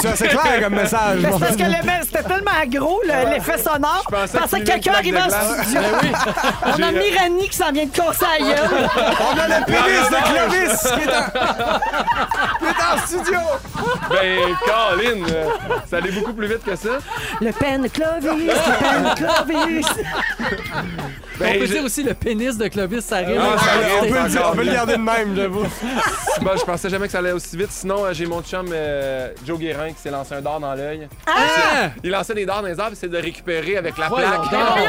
C'est assez clair comme message. Ben, c'est parce que le mail, c'était tellement gros, le- l'effet sonore. Je pensais Je pensais que qu'il y avait quelqu'un une arrivait plaque en de glace. studio. On a Mirani qui s'en vient de casser la gueule. On a le pénis de Clovis qui est en, qui est en studio. ben, Colin, euh, ça allait beaucoup plus vite que ça. Le pen Clovis, le pen Clovis. Ben, on peut je- dire aussi le pénis de Clovis, ça rime. Ah, ça rime. On peut, le dire- encore on peut le mieux. garder de même, j'avoue. Bon, Bah, je pensais jamais que ça allait aussi vite. Sinon, euh, j'ai mon chum euh, Joe Guérin qui s'est lancé un dard dans l'œil. Ah! Il lançait des dards dans les arbres, c'est de récupérer avec la Voyons plaque. donc. Mais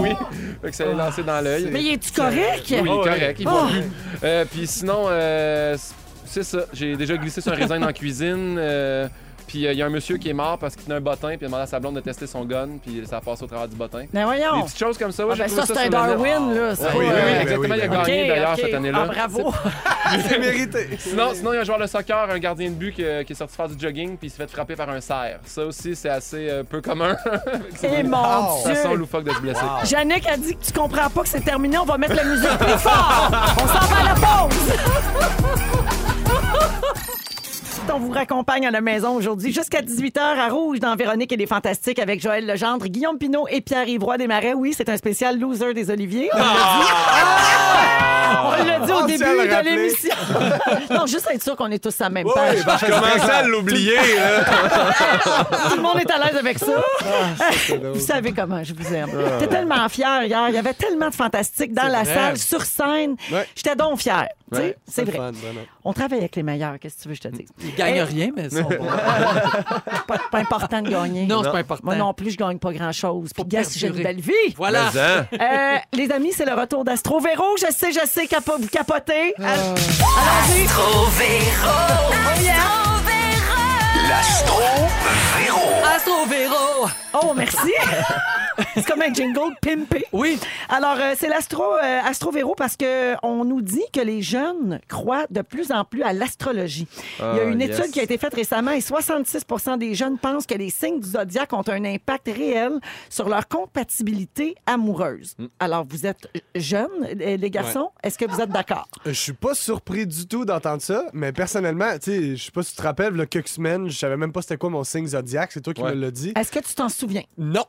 voyons! oui, fait que ça l'a lancé dans l'œil. Mais es-tu correct? Oui, il est correct, il voit Oh. plus. Euh, Puis sinon, euh, c'est ça. J'ai déjà glissé sur un raisin dans la cuisine. euh, puis euh, il y a un monsieur qui est mort parce qu'il tenait un bottin, puis il a demandé à sa blonde de tester son gun, puis ça a passé au travers du bottin. Mais Des Ben voyons. petites choses comme ça, ouais, Ah, j'ai ben trouvé ça, c'est sur un le net. Darwin, là. c'est Ouais, pas- oui, oui, ben oui, exactement, il a ben oui. Ok, gagné d'ailleurs ok. cette année-là. Ah, bravo. C'est mérité. Sinon, sinon, il y a un joueur de soccer, un gardien de but qui, euh, qui est sorti faire du jogging puis il s'est fait frapper par un cerf. Ça aussi, c'est assez euh, peu commun. Et mon Oh. Dieu. Façon loufoque de se blesser. Ah. Yannick a dit que tu comprends pas que c'est terminé. On va mettre la musique plus fort. On s'en va à la pause. On vous raccompagne à la maison aujourd'hui jusqu'à 18h à Rouge dans Véronique et les Fantastiques avec Joël Legendre, Guillaume Pinot et Pierre-Yves Roy Desmarais. Oui, c'est un spécial Loser des Oliviers. On l'a dit. On l'a dit au On début tient à le de rappeler. l'émission. non, juste être sûr qu'on est tous à la même page. Oui, ben, Je commençais à l'oublier. là. Tout le monde est à l'aise avec ça. vous savez comment je vous aime. J'étais tellement fière hier. Il y avait tellement de fantastiques dans la vrai. salle, sur scène. Ouais. J'étais donc fière. Tu sais, Ouais, c'est vrai. fun, vraiment. On travaille avec les meilleurs, qu'est-ce que tu veux que je te dise? Ils gagnent rien, mais ils sont bons. Pas, pas important de gagner. Non, c'est pas important. Moi non plus, je gagne pas grand-chose. Puis, Faut gars, si j'ai une perdurer. belle vie. Voilà. Mais, hein, Ah, Euh, les amis, c'est le retour d'Astro Véro. Je sais, je sais, capo- vous capotez. Allons-y. Oh, yeah. L'astro Véro. Astro Véro! Oh, merci. C'est comme un jingle pimpé. Oui. Alors, euh, c'est l'astro euh, Astro Véro parce que on nous dit que les jeunes croient de plus en plus à l'astrologie. Il y a Ah, une yes. étude qui a été faite récemment et 66 des jeunes pensent que les signes du zodiaque ont un impact réel sur leur compatibilité amoureuse. Mm. Alors, vous êtes jeunes, euh, les garçons. Est-ce que vous êtes d'accord? Je suis pas surpris du tout d'entendre ça, mais personnellement, tu sais, je sais pas si tu te rappelles, le quelques semaines, je savais même pas c'était quoi mon signe zodiaque, c'est toi qui Ouais. me l'as dit. Est-ce que tu t'en souviens? Non.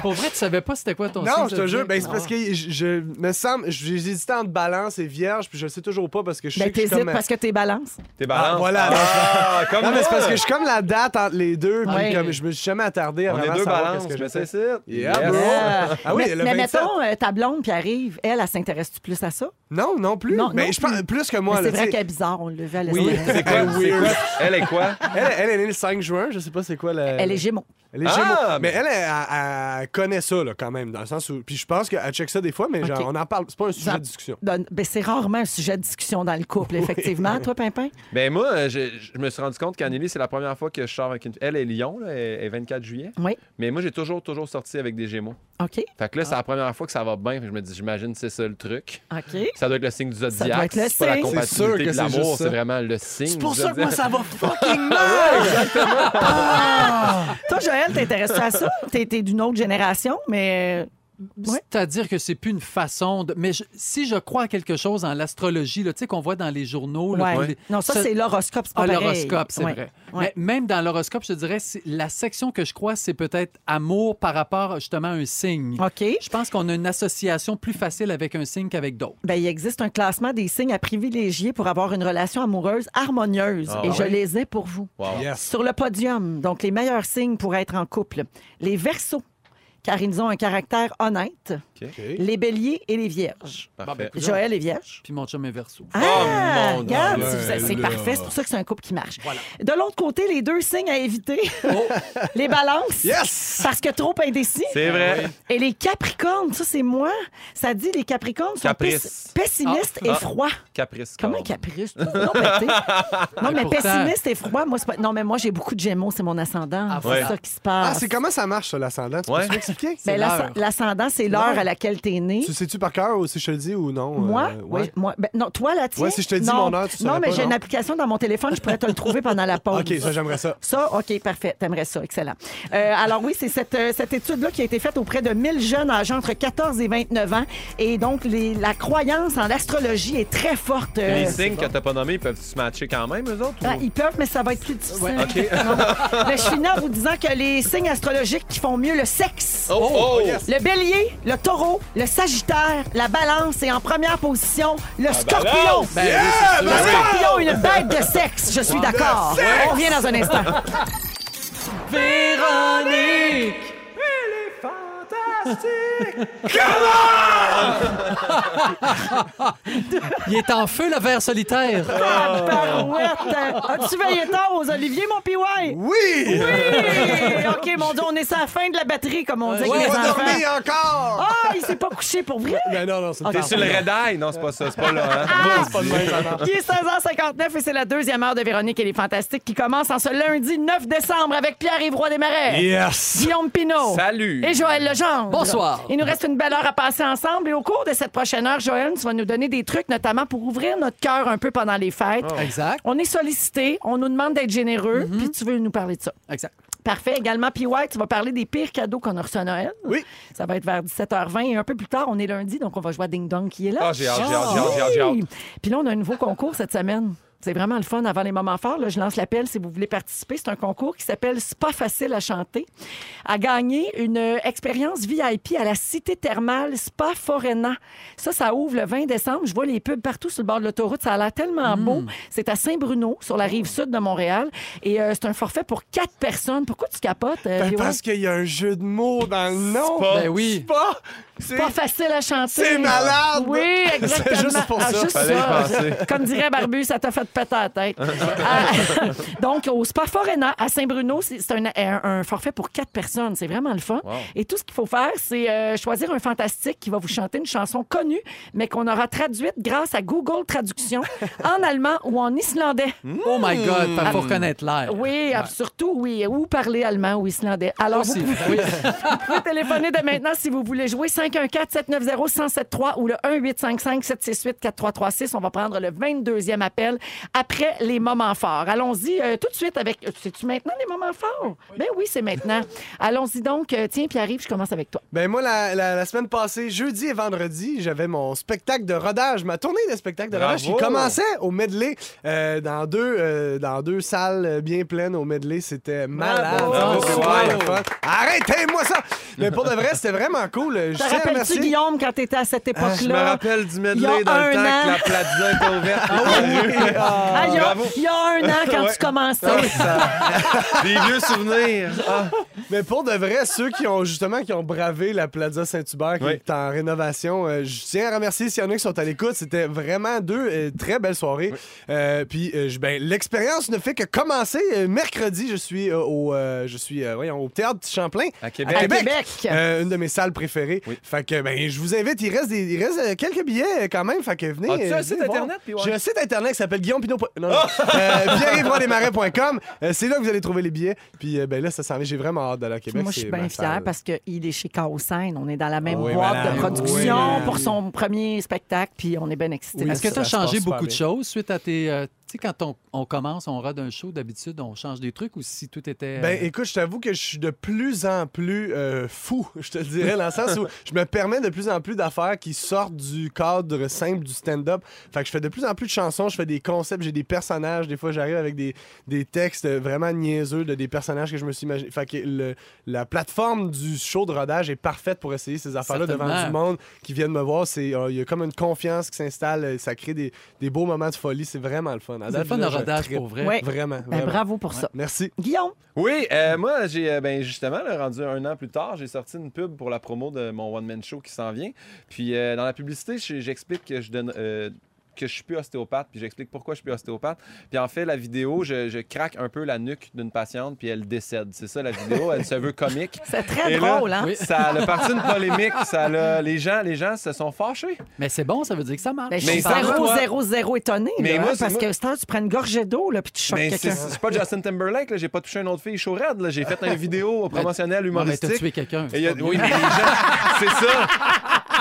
Pour vrai, tu savais pas c'était quoi ton signe Non, je te zodiac? jure, ben, c'est Ah. parce que je, je- me semble, j'hésitais entre balance et vierge, puis je le sais toujours pas parce que je Ben, sais que je suis t'hésites comme. parce que t'es balance. T'es balance. Ah, voilà. Ah, comme Non, mais c'est moi. parce que je suis comme la date entre les deux, puis Ouais. comme je me suis jamais attardé à On vraiment est deux savoir balances, qu'est-ce que mais je c'est fais. ça. Yeah, Yes. bro. Euh, Ah oui, mais, le mais 27. mettons, euh, ta blonde qui arrive, elle, elle s'intéresse-tu plus à ça? Non, non plus. Non, mais non je pense plus que Mais moi. c'est là, vrai tu sais. qu'elle est bizarre, on le l'a vu à Oui. l'estrade. C'est quoi? c'est quoi? Elle est quoi? elle, elle est née le 5 juin, je sais pas c'est quoi la. Elle est gémeaux. Elle est Ah, Gémeaux. mais- Mais elle, elle, elle- elle connaît ça, là, quand même, dans le sens où. Puis je pense qu'elle check ça des fois, mais genre, Ok. on en parle. C'est pas un sujet Genre- de discussion. Ben, ben, c'est rarement un sujet de discussion dans le couple, effectivement. Toi, Pimpin? Ben moi, euh, je, je me suis rendu compte qu'Anneli, c'est la première fois que je sors avec une... Elle est Lyon, là, elle est 24 juillet. Oui. Mais moi, j'ai toujours, toujours sorti avec des Gémeaux. OK. Fait que là, c'est Ah. la première fois que ça va bien. Fait que je me dis, j'imagine que c'est ça le truc. OK. Ça doit être le signe du zodiaque. doit être le c'est pas la signe. compatibilité C'est sûr que de c'est l'amour, juste ça. c'est vraiment le signe. C'est pour du ça que moi, zodiaque. ça va fucking mal! Toi, Joël, t'intéresses-tu à ça? T'es t'es d'une autre génération, mais. Ouais. C'est-à-dire que c'est plus une façon de. Mais je- si je crois à quelque chose en l'astrologie, là, tu sais, qu'on voit dans les journaux. là, Ouais. qu'on les- Non, ça, Ça- c'est l'horoscope, c'est pas Ah, pareil. l'horoscope, c'est Ouais. vrai. ben, Ouais. Mais même dans l'horoscope, je te dirais, c'est- la section que je crois, c'est peut-être amour par rapport justement à un signe. OK. Je pense qu'on a une association plus facile avec un signe qu'avec d'autres. Ben, il existe un classement des signes à privilégier pour avoir une relation amoureuse harmonieuse. Ah et je ouais? les ai pour vous. Wow. Yes. Sur le podium, donc les meilleurs signes pour être en couple. Les versos, car ils ont un caractère honnête. ben, Les béliers et les vierges. Parfait. Coudonc. Joël est vierge. Puis mon chum est verso. Ah, mon Dieu. regarde, si vous- Ouais, c'est là. parfait. C'est pour ça que c'est un couple qui marche. De l'autre côté, les deux signes à éviter. les balances. Yes! Parce que trop indécis. C'est vrai. Et les capricornes, ça c'est moi. Ça dit les capricornes sont Caprice. pes- pessimistes et Ah. froids. Caprice. Comment Caprice? caprice? tu vois? Non, ben, t'sais. non, mais pourtant- pessimiste et froid, moi, c'est pas... Non, mais moi, j'ai beaucoup de gémeaux, c'est mon ascendant. Ah, c'est ouais. ça qui se passe. Ah, c'est comment ça marche, ça, l'ascendant? Tu Ouais. peux m'expliquer? Ben, c'est l'as- l'heure. L'ascendant, c'est l'heure à laquelle t'es né. Tu sais-tu par cœur ou si je te le dis ou non? Moi, Euh, oui, moi, ben, non, toi, la tienne. Ouais, si je te dis non. mon heure, tu Non, saurais mais pas, j'ai non? une application dans mon téléphone, je pourrais te le trouver pendant la pause. OK, ça, j'aimerais ça. Ça, OK, parfait. T'aimerais ça. Excellent. Euh, alors oui, c'est cette, euh, cette étude-là qui a été faite auprès de 1000 jeunes âgés entre 14 et 29 ans. Et donc, les- la croyance en l'astrologie est très forte. euh, Les signes que t'as pas nommés, ils peuvent se matcher quand même, eux autres? ou- ah, ils peuvent, mais ça va être plus difficile. OK. Mais je finis en vous disant que les signes astrologiques qui font mieux le sexe. Oh, oh, yes. Le bélier, le taureau, le sagittaire, la balance et en première position, le scorpion. balance! Ben, oui, c'est sûr. Le scorpion, une bête de sexe. Je suis d'accord. On revient dans un instant. Véronique! Il est en feu, le verre solitaire. Tabarouette. As-tu veillé tard aux oliviers, mon PY? Oui! OK, mon Dieu, on est sur la fin de la batterie, comme on dit avec Ouais, les On va enfants. dormir encore! Ah, il s'est pas couché pour vrai? Ben non, non, c'est T'es sur le red eye? Non, c'est pas ça. C'est pas là. hein? Il est 16h59 et c'est la deuxième heure de Véronique et les Fantastiques qui commence en ce lundi 9 décembre avec Pierre-Yves Roy Desmarais. Yes! Guillaume Pinot. Salut. Et Joël Legendre. Bonsoir. Il nous reste une belle heure à passer ensemble. Et au cours de cette prochaine heure, Joël, tu vas nous donner des trucs, notamment pour ouvrir notre cœur un peu pendant les fêtes. Oh. Exact, On est sollicité, on nous demande d'être généreux, puis tu veux nous parler de ça. exact. Parfait. Également, PY, tu vas parler des pires cadeaux qu'on a reçus à Noël. Oui. Ça va être vers 17h20 et un peu plus tard, on est lundi, donc on va jouer à Ding Dong qui est là. Ah, j'ai hâte, j'ai hâte, j'ai hâte, j'ai hâte, j'ai hâte. Oui. Puis là, on a un nouveau concours cette semaine. C'est vraiment le fun avant les moments forts. Là, je lance l'appel si vous voulez participer. C'est un concours qui s'appelle C'est pas facile à chanter. À gagner une euh, expérience VIP à la cité thermale Spa Forena. Ça, ça ouvre le 20 décembre. Je vois les pubs partout sur le bord de l'autoroute. Ça a l'air tellement beau. C'est à Saint-Bruno, sur la rive sud de Montréal. Et euh, c'est un forfait pour quatre personnes. Pourquoi tu capotes? euh, Ben, P.Y.? parce qu'il y a un jeu de mots dans le nom. pas- Ben oui. Pas- C'est pas facile à chanter. C'est malade! Oui, exactement. C'est juste pour Ah, ça, juste fallait y ça. penser. Comme dirait Barbu, ça t'a fait pétais la tête. Euh, donc, au Spa Forena à Saint-Bruno, c'est c'est un, un forfait pour quatre personnes. C'est vraiment le fun. Wow. Et tout ce qu'il faut faire, c'est euh, choisir un fantastique qui va vous chanter une chanson connue, mais qu'on aura traduite grâce à Google Traduction en allemand ou en islandais. Hmm. Oh my God, il faut reconnaître l'air. Hmm. Oui, ab- surtout, oui. Ou parler allemand ou islandais. Alors, vous Aussi. pouvez, Oui. vous pouvez téléphoner dès maintenant si vous voulez jouer 514-790-1073 ou le 1-855-768-4336. On va prendre le 22e appel après les moments forts. Allons-y euh, tout de suite avec... euh, C'est-tu maintenant les moments forts? Ben oui, c'est maintenant. Allons-y donc. Euh, tiens, Pierre-Yves, je commence avec toi. Ben moi, la, la- la semaine passée, jeudi et vendredi, j'avais mon spectacle de rodage, ma tournée de spectacle de Bravo! rodage qui commençait au medley euh, dans, deux, euh, dans deux salles euh, bien pleines au medley. C'était malade. Bravo! C'était Bravo! super le fun. Arrêtez-moi ça! Mais pour de vrai, c'était vraiment cool. Je Te tiens à rappelles-tu, remercier- Guillaume, quand t'étais à cette Je me époque-là? rappelle du il y a medley dans un le temps an. que la plaza était ouverte. Ah Ah, il y a- Bravo. il y a un an, quand Ouais. tu commençais. Des vieux souvenirs. Ah, Mais pour de vrai, ceux qui ont justement qui ont bravé la Plaza Saint-Hubert qui Oui. est en rénovation, euh, je tiens à remercier s'il y en a qui sont à l'écoute. C'était vraiment deux euh, très belles soirées. Euh, puis euh, je- ben, l'expérience ne fait que commencer. Euh, mercredi, je suis euh, au euh, je suis euh, voyons, au théâtre Petit Champlain À Québec. À Québec. Euh, une de mes salles préférées. Oui. Fait que ben je vous invite, il reste des- il reste euh, quelques billets euh, quand même, fait que venez. As-tu euh, un venez site voir. internet, puis ouais? Ah! J'ai un site internet qui s'appelle Guillaume Pinot. Non, non. Euh, pierre-yves-roy-desmarais.com. Euh, c'est là que vous allez trouver les billets. Puis euh, ben là, ça s'en vient. J'ai vraiment hâte de la Québec. Moi, je suis c'est bien ma fière salle. parce qu'il est chez Chaos Scène. On est dans la Ah même Oui, boîte madame. de production Oui. pour son premier spectacle, puis on est bien excités. Oui, de Est-ce que ça. tu as Ça se passe changé super beaucoup de bien. choses suite à tes. euh, tu sais, quand on, on commence, on rade un show, d'habitude, on change des trucs ou si tout était. euh, Ben écoute, je t'avoue que je suis de plus en plus euh, fou, je te le dirais, dans le sens où je me permets de plus en plus d'affaires qui sortent du cadre simple du stand-up. Fait que je fais de plus en plus de chansons, je fais des concepts, j'ai des personnages. Des fois, j'arrive avec des, des textes vraiment niaiseux de des personnages que je me suis imaginé. Fait que le- la plateforme du show de rodage est parfaite pour essayer ces affaires-là devant Certainement. du monde qui viennent me voir. C'est, euh, Il y a comme une confiance qui s'installe, euh, ça crée des, des beaux moments de folie. C'est vraiment le fun. À c'est date, le fun de là, je rodage trippe. pour vrai. Ouais. Vraiment. Ben, vraiment. bravo pour ça. Merci. Guillaume, Oui, euh, moi, j'ai euh, ben, justement là, rendu un an plus tard, j'ai sorti une pub pour la promo de mon one-man show qui s'en vient. Puis euh, dans la publicité, je- j'explique que je donne. euh, que je suis plus ostéopathe, puis j'explique pourquoi je suis plus ostéopathe. Puis en fait, la vidéo, je, je craque un peu la nuque d'une patiente, puis elle décède. C'est ça la vidéo, elle se veut comique. c'est très Et là- drôle, hein? Oui. Ça a parti une polémique, ça l'a- les, gens, les gens se sont fâchés. Mais c'est bon, ça veut dire que ça marche. Ben, je Mais suis ça va, zéro, toi? zéro, zéro étonné, Mais là, moi, hein, c'est parce moi- que c'est heure, tu prends une gorgée d'eau, là, puis tu choques Mais c'est quelqu'un. c'est pas Justin Timberlake, là, j'ai pas touché une autre fille chaud raide, là. j'ai fait une vidéo promotionnelle Non, mais humoristique. t'as tué quelqu'un. Et il y a- c'est pas oui, bien. mais les gens, c'est ça.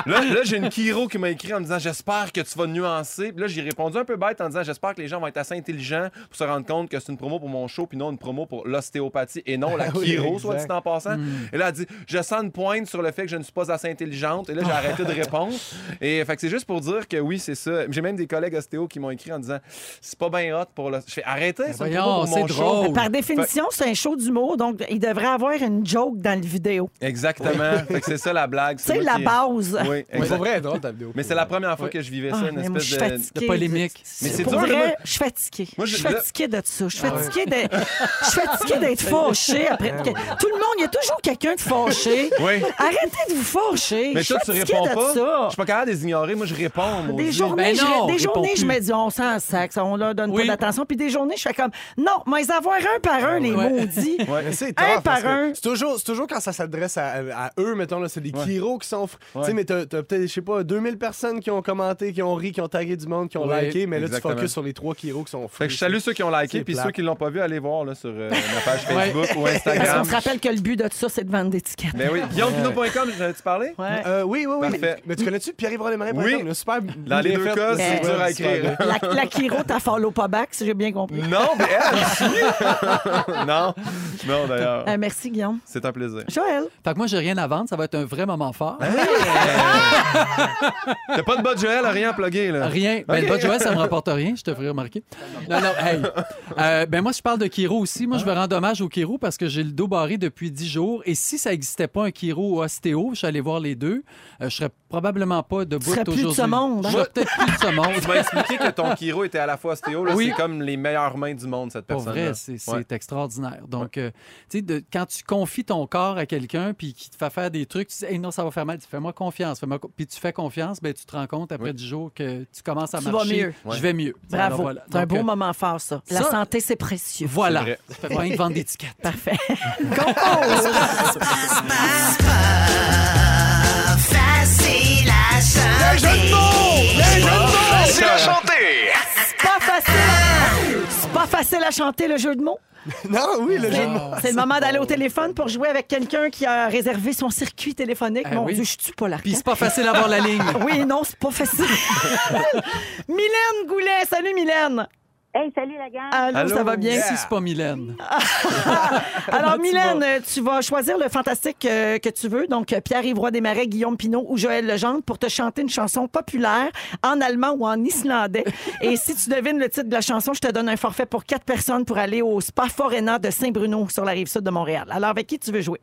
Là, là, j'ai une Kiro qui m'a écrit en me disant J'espère que tu vas nuancer. Puis là, j'ai répondu un peu bête en disant J'espère que les gens vont être assez intelligents pour se rendre compte que c'est une promo pour mon show, puis non une promo pour l'ostéopathie et non la Ah oui, Kiro, soit exact. dit en passant. Hmm. Et là, elle dit Je sens une pointe sur le fait que je ne suis pas assez intelligente. Et là, j'ai arrêté de répondre. Et fait que c'est juste pour dire que oui, c'est ça. J'ai même des collègues ostéo qui m'ont écrit en disant C'est pas bien hot pour le. Je fais Arrêtez, c'est une promo Voyons, pour mon c'est show. drôle. Par définition, c'est un show d'humour, donc il devrait avoir une joke dans le vidéo. Exactement. Fait que c'est ça la blague. Tu sais, moi la qui- base. Oui, Mais exact. pour vrai, elle est drôle ta vidéo. Mais c'est la première fois Ouais. que je vivais ça, Ah, une mais espèce moi, je suis de. fatiguée. de polémique. Mais c'est Pour dur, là, moi- vrai, je suis fatiguée. Moi, je suis je- là- Ah fatiguée de ça. Je suis fatiguée de- je suis fatiguée d'être fâchée après. que- Tout le monde, il y a toujours quelqu'un de fâché. Oui. Arrêtez de vous fâcher. Mais je suis toi, tu fatiguée réponds de pas. ça. Je suis pas capable de les ignorer. Moi, je réponds. Des maudit. journées, Ben non, je, des réponds journées je plus. me dis, on s'en sac, ça, on leur donne Oui. pas d'attention. Puis des journées, je fais comme, non, mais ils avoir un par un, les Ouais. maudits. Ouais. Mais c'est Un tough, parce par que un. C'est toujours, c'est toujours quand ça s'adresse à, à eux, mettons, là, c'est des Ouais. Kiro qui sont. fr- Tu Ouais. sais, mais t'as t'as peut-être, je sais pas, 2000 personnes qui ont commenté, qui ont ri, qui ont tagué du monde, qui ont Ouais, liké, mais là, exactement. tu focuses sur les trois Kiro qui sont Fait free. que je salue ceux qui ont C'est liké, puis plate. ceux qui l'ont pas vu, allez voir là, sur euh, ma page Ouais. Facebook ou Parce qu'on Instagram. se rappelle que le but de ça, c'est de vendre des tickets. Ben oui, guillaumepinot.com, j'en ai-tu parlé? Ouais. Euh, oui, oui, oui. Parfait. Mais tu connais-tu Pierre-Yves Roy-Desmarais, par Oui. exemple? Il a super Dans les bien deux fait- cas, c'est Ouais, dur à super écrire. bien. La, la Kiro, t'as follow pas back, si j'ai bien compris. Non, mais elle, si. Non, non d'ailleurs. Euh, merci, Guillaume. C'est un plaisir. Joël. Fait que moi, j'ai rien à vendre. Ça va être un vrai moment fort. Hein? T'as pas de bas de Joël à rien plugger, là. Rien. Ben, Ok. Le bas de Joël, ça me rapporte rien, je te ferai remarquer. Non, non, hey. Euh, ben, moi, je parle de Kiro aussi. Moi, je veux rendre hommage au Kiro parce que j'ai le dos barré depuis 10 jours. Et si ça n'existait pas un Kiro ostéo, je suis allé voir les deux, euh, je serais probablement pas debout serais plus de aujourd'hui. ce monde, hein? Je serais peut-être plus de ce Tu monde. m'as expliqué que ton Kiro était à la fois stéo, là, Oui. c'est comme les meilleures mains du monde, cette Pour personne-là. vrai, c'est c'est Ouais. extraordinaire. Donc, euh, tu sais, de- quand tu confies ton corps à quelqu'un puis qui te fait faire des trucs, tu dis, hey, non, ça va faire mal, tu fais-moi confiance. fais-moi co- Puis tu fais confiance, ben, tu te rends compte après Oui. 10 jours que tu commences à Tu vas marcher. mieux. Je vais mieux. Bravo. Alors, voilà. C'est un Donc, beau euh, moment fort, ça. La ça- santé, c'est précieux. Voilà. C'est vrai. Ça fait pas rien que vendre des tickets. Parfait. Facile à Les jeux de mots! Les jeux de mots! Facile à chanter! C'est pas facile. C'est pas facile à chanter le jeu de mots. Non, oui, Ah, le jeu de mots. C'est le moment d'aller au téléphone pour jouer avec quelqu'un qui a réservé son circuit téléphonique. Ah Mon oui. Dieu, je suis pas l'arcade. Puis c'est pas facile d'avoir la ligne. Oui, non, c'est pas facile. Mylène Goulet, salut Mylène. Hey, salut la gang. Allô, Allô. ça va bien? Si c'est pas Mylène. Alors, tu Mylène, euh, tu vas choisir le fantastique euh, que tu veux. Donc, euh, Pierre-Yves Roy Desmarais, Guillaume Pinot ou Joël Legendre pour te chanter une chanson populaire en allemand ou en islandais. Et si tu devines le titre de la chanson, je te donne un forfait pour quatre personnes pour aller au Spa Forena de Saint-Bruno sur la rive sud de Montréal. Alors, avec qui tu veux jouer?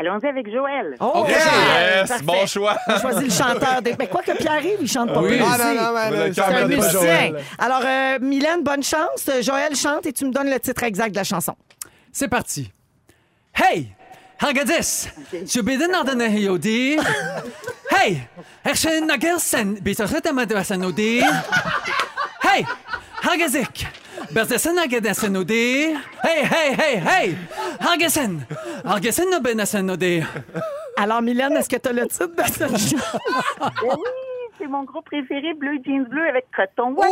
Allons-y avec Joël. Oh, Joël, Yes, parfait. bon choix. On choisit le chanteur. des- Mais quoi que Pierre-Yves, il chante pas Oui. plus. Ah, non, non, mais Le là, ça C'est cœur un Ah, mais regarde pas pas musicien. Joël. Alors, euh, Mylène, bonne chance. Euh, Joël chante et tu me donnes le titre exact de la chanson. C'est parti. Hey! Hangadis! Je bidin dans den Yodi. Hey! Erchen Nagelsen, bitorreta madrasan Odi. Hey! Hagazik! Berdesen Nagadasen Odi. Hey, hey, hey, hey! Hagasen! Hagasen Nobenasen Odi. Alors, Mylène, est-ce que tu as le titre de cette chanson? Ben oui, c'est mon groupe préféré, Bleu Jeans Bleu avec coton. Ouais!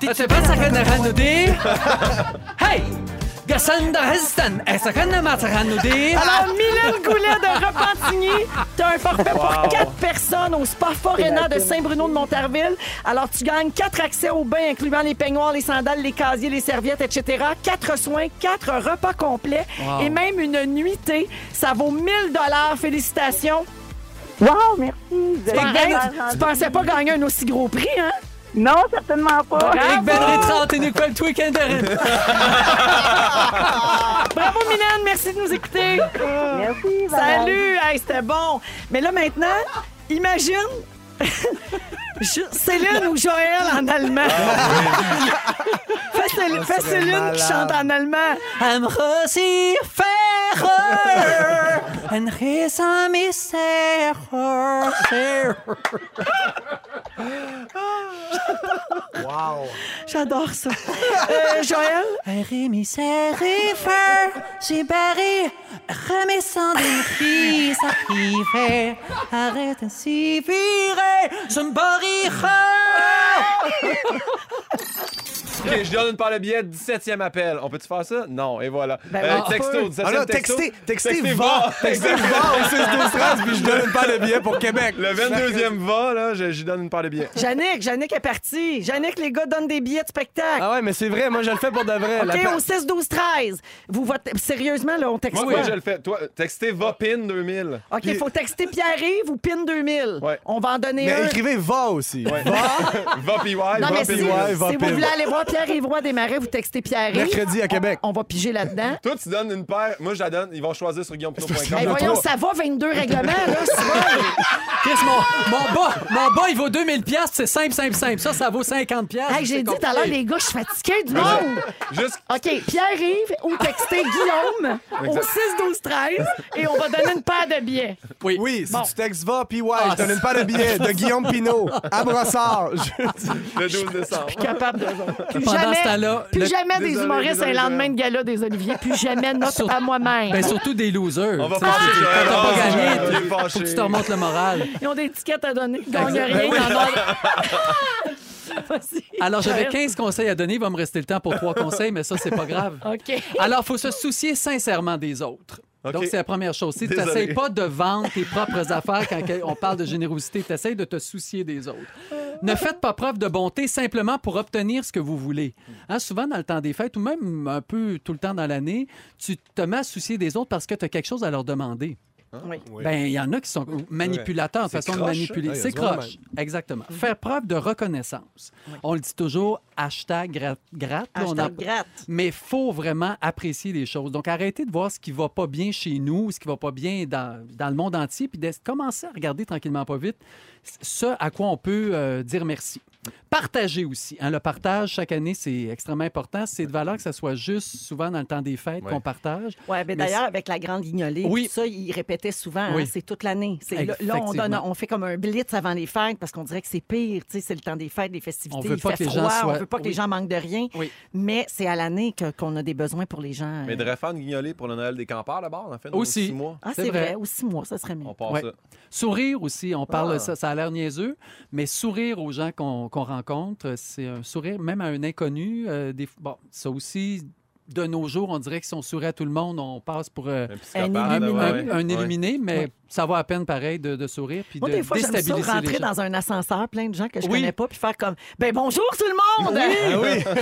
T'es-tu pas sakanaran Odi? Hey! Gasan da Hestan, Esakana Mataran Odi. Alors, Ah, Mylène Goulet de Repentigny, t'as un forfait pour quatre personnes au Spa Forena de Saint-Bruno de Montarville. Alors, tu gagnes quatre accès au bain, incluant les peignoirs, les sandales, les casiers, les serviettes, etc. Quatre soins, quatre repas complets et même une nuitée. Ça vaut 1000 dollars. Félicitations. Wow, merci. Vous avez Pareil, vraiment tu- rendu- tu pensais pas gagner un aussi gros prix, hein? Non, certainement pas. Ik ben er 30 en ik ben twee kinderen. Bravo, Mylène. Merci de nous écouter. Merci, bye-bye. Salut! Hey, c'était bon! Mais là, maintenant, imagine Je- Céline ou Joël en allemand. Ah Fais Céline, fais Céline malade. qui chante en allemand. Hem geziefer en gesam is zeger. J'adore ça. Euh, Joël? Remi serifer, zibari, remissan den gries arriver. Arrête ainsi virer, zembariger. Ok, je donne une part de billet, 17e appel. On peut-tu faire ça? Non, et voilà. Euh, Ben on texto, 17e Ah non, texto. textez, textez, va. va! Textez, va au 6 12 13 puis je donne pas le billet pour Québec. Le 22e va, là, je- j'y donne une part de billet. Jannick, Jannick est parti. Jannick, les gars donnent des billets de spectacle. Ah ouais, mais c'est vrai, moi je le fais pour de vrai. La OK, pa- au 6, 12, 13. Vous votez. Sérieusement, là, on texte Moi, pas. moi, je le fais. Toi, textez va PIN 2000. OK, il faut texter Pierre-Yves ou PIN 2000. Ouais. On va en donner Mais un. écrivez va aussi. Va PY, Non, va mais si, PY. si Pierre, va vous Pierre. voulez aller voir Pierre-Yves Roy des Marais, vous textez Pierre-Yves. Mercredi à Québec. On va piger là-dedans. Toi, tu donnes une paire. Moi, je la donne. Ils vont choisir sur guillaumepinot.com. Hey, Le voyons, trois. ça va 22 règlements, là. c'est bon. Chris, mon, mon bas, mon bas, il vaut 2000 piastres, c'est simple, simple, simple. Ça, ça vaut 50 piastres. Hey, J'ai dit tout à l'heure, les gars, je suis fatiguée du Vas-y. monde. Juste OK, Pierre-Yves ou textez Guillaume au Exact. 6-12-13 et on va donner une paire de billets. Oui. Oui, si Bon. tu textes va, puis ouais, je donne une part de billet de Guillaume Pinault à Brossard. Je- le 12 décembre. Capable de Plus Pendant jamais, ce temps-là, plus le- jamais des Désolé, humoristes désolé, un lendemain de gala des Oliviers. Plus jamais note Sur- à moi-même. Ben, surtout des losers. On va Tu sais, passer quand Joël. t'as pas Oh, gagné, Joël, il est faut que fâché. tu te remontes le moral. Ils ont des tickets à donner. Ils gagnent Ben rien. ils en ont- Vas-y. Alors, j'avais Joël. 15 conseils à donner. Il va me rester le temps pour trois conseils, mais ça, c'est pas grave. OK. Alors, il faut se soucier sincèrement des autres. OK. Donc, c'est la première chose. Tu Désolé. n'essayes pas de vendre tes propres affaires quand on parle de générosité. Tu essaies de te soucier des autres. Ne faites pas preuve de bonté simplement pour obtenir ce que vous voulez. Hein, souvent, dans le temps des fêtes ou même un peu tout le temps dans l'année, tu te mets à soucier des autres parce que tu as quelque chose à leur demander. Oui. Oui. Ben, il y en a qui sont manipulateurs, C'est façon de croche. manipuler. Ah, il y a c'est du monde croche. Exactement. Faire preuve de reconnaissance. On le dit toujours, hashtag grat- gratte. là, on en- Hashtag gratte. Mais il faut vraiment apprécier les choses. Donc, arrêtez de voir ce qui va pas bien chez nous, ce qui va pas bien dans, dans le monde entier, puis de commencer à regarder tranquillement, pas vite, ce à quoi on peut euh, dire merci. Partager aussi. hein. le partage, chaque année, c'est extrêmement important. C'est de valeur que ça soit juste, souvent dans le temps des fêtes, Ouais. qu'on partage. Ouais, ben Mais d'ailleurs, avec la grande guignolée, Oui. tout ça, ils répétaient souvent, hein, Oui. c'est toute l'année. C'est là, là, on, donne, Effectivement. on fait comme un blitz avant les fêtes parce qu'on dirait que c'est pire. Tu sais, c'est le temps des fêtes, des festivités. On veut il pas fait que les froid, gens soient- on veut pas que les Oui. gens manquent de rien. Oui. Mais c'est à l'année que- qu'on a des besoins pour les gens. euh. Mais de refaire une guignolée pour le Noël des campeurs, d'abord, en fait. dans Aussi. six mois. Ah, C'est c'est vrai. vrai. Aussi, moi, ça serait mieux. On part Ouais. ça. Sourire aussi, on parle, Ah. ça, ça a l'air niaiseux, mais sourire aux gens qu'on qu'on rencontre, euh, c'est un sourire, même à un inconnu. euh, des, bon, ça aussi, de nos jours, on dirait que si on sourit à tout le monde, on passe pour euh, Un psychopathe, illuminé. ouais, un, ouais. un Ouais. illuminé, mais Ouais. ça va à peine pareil de, de sourire puis Moi, de des fois, j'aime ça déstabiliser les rentrer gens. dans un ascenseur plein de gens que je Oui. connais pas puis faire comme ben bonjour tout le monde. ah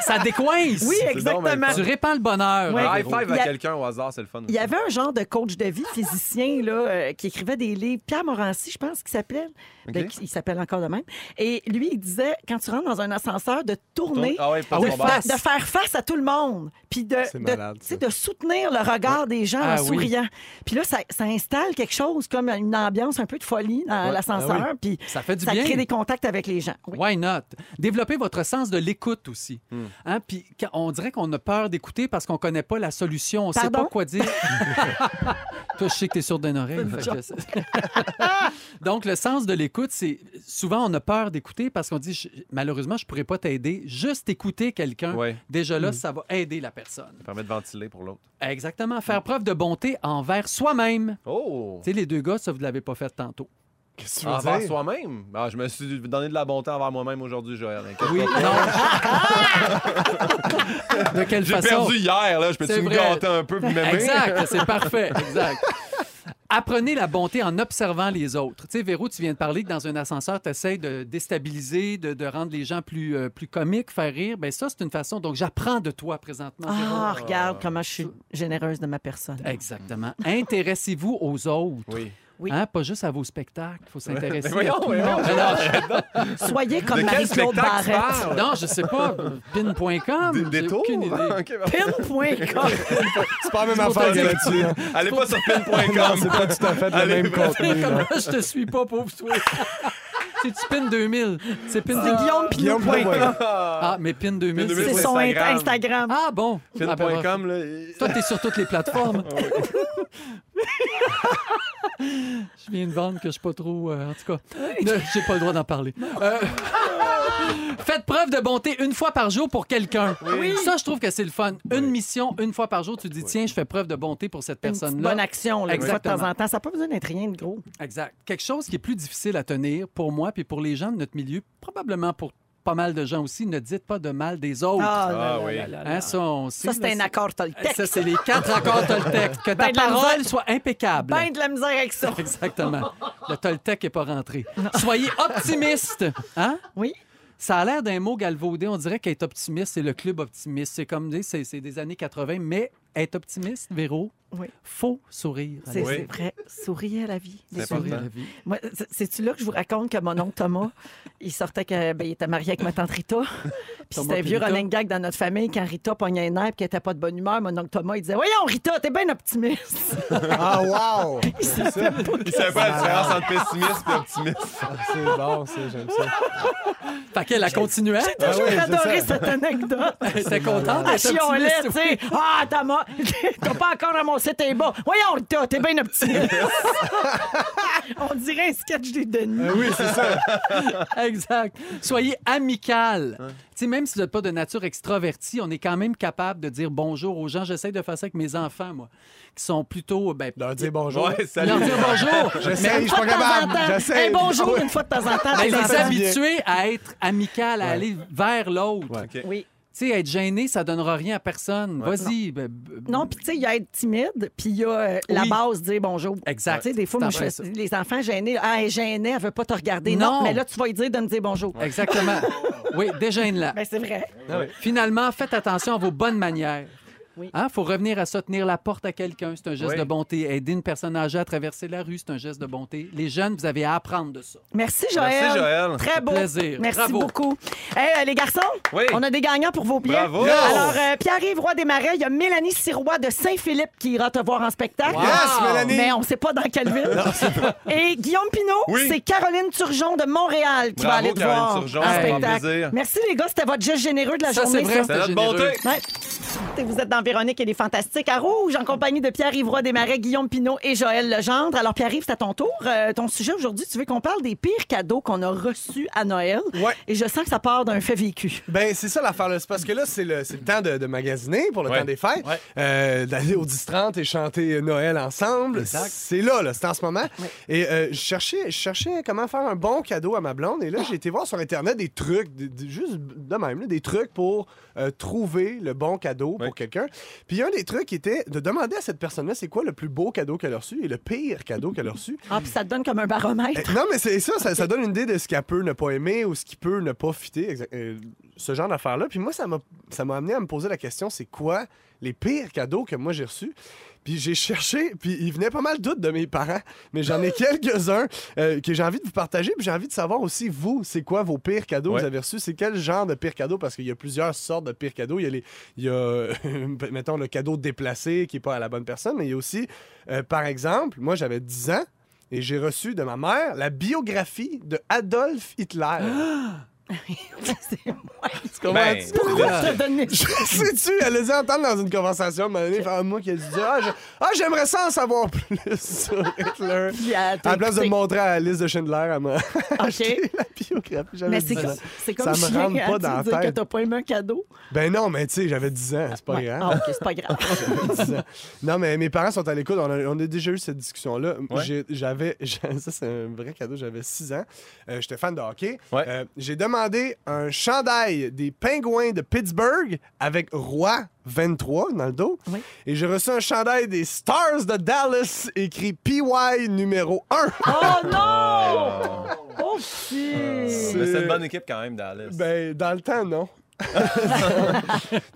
Ça décoince! oui, donc bien exactement. le Tu répands le bonheur. Ouais. Un Ah, High five Il y à a- quelqu'un au hasard, c'est le fun. Il y avait un genre de coach de vie physicien là, euh, qui écrivait des livres, Pierre Morancy, je pense qu'il s'appelle. Ben, Ok. qui- il s'appelle encore de même. Et lui, il disait, quand tu rentres dans un ascenseur, de tourner, Ah ouais, pas Ah oui, de combat. face. de faire face à tout le monde, puis de, C'est de- malade, tu sais, ça. de soutenir le regard des gens Ah en oui. souriant. Puis là, ça, ça installe quelque chose comme une ambiance un peu de folie dans l'ascenseur, puis Ah Ça fait du ça bien. crée des contacts avec les gens. Oui. Why not? Développer votre sens de l'écoute aussi. Hmm. Hein, Puis quand- on dirait qu'on a peur d'écouter parce qu'on connaît pas la solution. On sait Pardon? pas quoi dire. Toi, je sais que t'es sûr d'une oreille. fait que c'est- Donc, le sens de l'écoute, c'est... Souvent, on a peur d'écouter parce qu'on dit, je- malheureusement, je pourrais pas t'aider. Juste écouter quelqu'un, Ouais. Hmm. déjà là, ça va aider la personne. Ça permet de ventiler pour l'autre. Exactement. Faire preuve de bonté envers soi-même. Oh! Tu sais, les deux gars, ça, vous ne l'avez pas fait tantôt. Qu'est-ce que tu veux Envers dire? soi-même? Ah, je me suis donné de la bonté envers moi-même aujourd'hui, Joël. Inquiète Oui, pas. non. de quelle J'ai façon? perdu hier, là. Je C'est peux-tu me vrai. gâter un peu puis m'aimer? Exact, c'est parfait. Exact. Apprenez la bonté en observant les autres. Tu sais, Véro, tu viens de parler que dans un ascenseur, tu essaies de déstabiliser, de, de rendre les gens plus, euh, plus comiques, faire rire. Bien, ça, c'est une façon. Donc, j'apprends de toi présentement, Véro. Ah, euh, regarde comment je suis généreuse de ma personne. Exactement. Intéressez-vous aux autres. Oui. Oui. Hein, pas juste à vos spectacles. Il faut s'intéresser. Mais voyons, à tout le voyons. monde. Alors, Soyez comme De quel Marie-Claude spectacle tu Barrette. parles? non, je sais pas. Pin.com. Des j'ai tours? aucune idée. Ok, parfait. Pin.com. C'est pas la C'est même pour affaire hein. te dire- là-dessus. là. Allez pas sur pin.com. Non, c'est pas tout à fait le Allez, même vas-y. contenu. là. Comment je te suis pas, pauvre toi? C'est tu PIN 2000. C'est PIN 2000. Ah, Guillaume Guillaume Pinot.com. Pinoy. Ah, mais PIN 2000, PIN 2000, c'est C'est sur son Instagram. Instagram. Instagram. Ah bon? Ah, ben, bref. Pin.com, là. Toi, t'es sur toutes les plateformes. je viens de vendre que je suis pas trop... euh, en tout cas, ne- j'ai pas le droit d'en parler. Euh, Faites preuve de bonté une fois par jour pour quelqu'un. Ça, je trouve que c'est le fun. Une mission, une fois par jour, tu dis, tiens, je fais preuve de bonté pour cette Une petite personne-là. bonne action, là, une fois de Exactement. temps en temps. Ça n'a pas besoin d'être rien de gros. Exact. Quelque chose qui est plus difficile à tenir pour moi puis pour les gens de notre milieu, probablement pour pas mal de gens aussi, ne dites pas de mal des autres. Ah oui. Hein, ça, on sait, Ça, c'est là, un accord Toltec. Ça, c'est les quatre accords Toltec. Que ta Ben de la parole misère. soit impeccable. Ben de la misère avec ça. Exactement. Le Toltec n'est pas rentré. Soyez optimiste. Hein? Oui. Ça a l'air d'un mot galvaudé. On dirait qu'être optimiste, c'est le club optimiste. C'est comme des, c'est, c'est des années 80, mais être optimiste, Véro, Oui. faut sourire. C'est Oui. c'est vrai. Souriez à la vie. C'est Souriez. Sourire à important. la vie. Moi, c'est- C'est-tu là que je vous raconte que mon oncle Thomas, il sortait que, ben, il était marié avec ma tante Rita. Puis Thomas c'était un puis vieux Rita. running gag dans notre famille. Quand Rita pognait un nerf et qu'elle n'était pas de bonne humeur, mon oncle Thomas, il disait Voyons, Rita, t'es bien optimiste. Ah, wow! Il savait pas Il que- savait pas la différence entre pessimiste et optimiste. Ah, C'est bon, ça, j'aime ça. Fait qu'elle a continué. J'ai toujours Ah oui, c'est adoré ça. cette anecdote. Elle était contente Ah, d'être chiolait, optimiste. tu sais. Ah, t'as ma- t'as pas encore ramassé tes bas. Voyons, Rita, t'es bien optimiste. On dirait un sketch des Denis. Euh, Ah oui, c'est ça. Exact. Soyez amical. Tu sais, même si vous n'êtes pas de nature extravertie, on est quand même capable de dire bonjour aux gens. J'essaie de faire ça avec mes enfants, moi, qui sont plutôt. Ben, Leur dire bonjour. Ouais, leur salut. dire bonjour. J'essaie, Une je suis fois pas de temps en capable. temps. J'essaie. Un bonjour, une fois de temps en temps. Mais tes Ah les enfants. habituer à être amical, à aller vers l'autre. Ouais. Ok. Oui. Tu sais, être gêné, ça donnera rien à personne. Vas-y. ben, b- Non, puis tu sais, il y a être timide, puis il y a euh, la Oui. base dire bonjour. Exact. Tu sais, des fois, moi, je C'est fais ça. les enfants gênés. Ah, elle est gênée, elle veut pas te regarder. Non. Non. mais là, tu vas lui dire de me dire bonjour. Exactement. oui, dégêne-la. Ben, c'est vrai. Finalement, faites attention à vos bonnes manières. Oui. Hein? faut revenir à ça, tenir la porte à quelqu'un, c'est un geste Oui. de bonté. Aider une personne âgée à traverser la rue, c'est un geste de bonté. Les jeunes, vous avez à apprendre de ça. Merci, Joël. Merci, Joël. Très beau. Plaisir. Merci Bravo. beaucoup. Hey, euh, les garçons, Oui. on a des gagnants pour vos billets. Bravo. Alors, euh, Pierre-Yves Roy des Marais, il y a Mélanie Sirois de Saint-Philippe qui ira te voir en spectacle. Yes, Mélanie. Mais on ne sait pas dans quelle ville. Et Guillaume Pinault, Oui. c'est Caroline Turgeon de Montréal qui va Bravo, aller te Caroline voir Turgeon, en ça me fait spectacle. plaisir. Merci les gars, c'était votre geste généreux de la Ça, journée. c'est vrai. ça. C'est notre généreux. bonté. Ouais. Et Vous êtes dans Véronique et les Fantastiques à Rouge en compagnie de Pierre-Yves Roy Desmarais, Guillaume Pinault et Joël Legendre. Alors, Pierre-Yves, c'est à ton tour. Euh, ton sujet aujourd'hui, tu veux qu'on parle des pires cadeaux qu'on a reçus à Noël. Ouais. Et je sens que ça part d'un fait vécu. Ben, c'est ça l'affaire. là. C'est parce que là, c'est le, c'est le temps de, de magasiner pour le Ouais. temps des fêtes, Ouais. euh, d'aller au 10-30 et chanter Noël ensemble. Exact. C'est là, là c'est en ce moment. Et euh, je, cherchais, je cherchais comment faire un bon cadeau à ma blonde. Et là, j'ai été voir sur Internet des trucs, des- des- juste de même, là, des trucs pour euh, trouver le bon cadeau Ouais. pour quelqu'un. Puis un des trucs était de demander à cette personne-là c'est quoi le plus beau cadeau qu'elle a reçu et le pire cadeau qu'elle a reçu. Ah, puis ça te donne comme un baromètre. Eh, Non, mais c'est ça, ça, ça donne une idée de ce qu'elle peut ne pas aimer ou ce qui peut ne pas fitter, exact- euh, ce genre d'affaires-là. Puis moi, ça m'a ça m'a amené à me poser la question, c'est quoi les pires cadeaux que moi j'ai reçus? Puis j'ai cherché, puis il venait pas mal d'autres de mes parents, mais j'en ai quelques-uns euh, que j'ai envie de vous partager, puis j'ai envie de savoir aussi, vous, c'est quoi vos pires cadeaux que Ouais. vous avez reçus? C'est quel genre de pires cadeaux? Parce qu'il y a plusieurs sortes de pires cadeaux. Il y a, les, il y a mettons, le cadeau déplacé qui n'est pas à la bonne personne, mais il y a aussi, euh, par exemple, moi j'avais 10 ans, et j'ai reçu de ma mère la biographie de Adolf Hitler. C'est- tu comprends? Ben, Pourquoi te donner Sais-tu, elle les a entendre dans une conversation, à un moment donné, faire moi qui ai dit Ah, je- ah, j'aimerais ça en savoir plus sur Hitler. À la place de me montrer à la liste de Schindler, elle m'a acheté la biographie. J'avais Mais c'est 10 ans. comme- c'est comme Ça me chien, rentre hein, pas tu dans dis la que tête. t'as pas aimé un cadeau. Ben non, mais tu sais, j'avais 10 ans, c'est pas Ouais. grave. Ah, OK, c'est pas grave. non, mais mes parents sont à l'écoute. On a, on a déjà eu cette discussion-là. Ouais. J'ai- J'avais. j'ai- Ça, c'est un vrai cadeau. J'avais 6 ans. Euh, J'étais fan de hockey. Ouais. Euh, J'ai demandé un chandail des Pingouins de Pittsburgh avec Roi 23 dans le dos. Oui. Et j'ai reçu un chandail des Stars de Dallas écrit PY numéro 1. Ah, oh non! Euh, Oh, pis! Mais c'est une bonne équipe quand même, Dallas. Ben, dans le temps, non.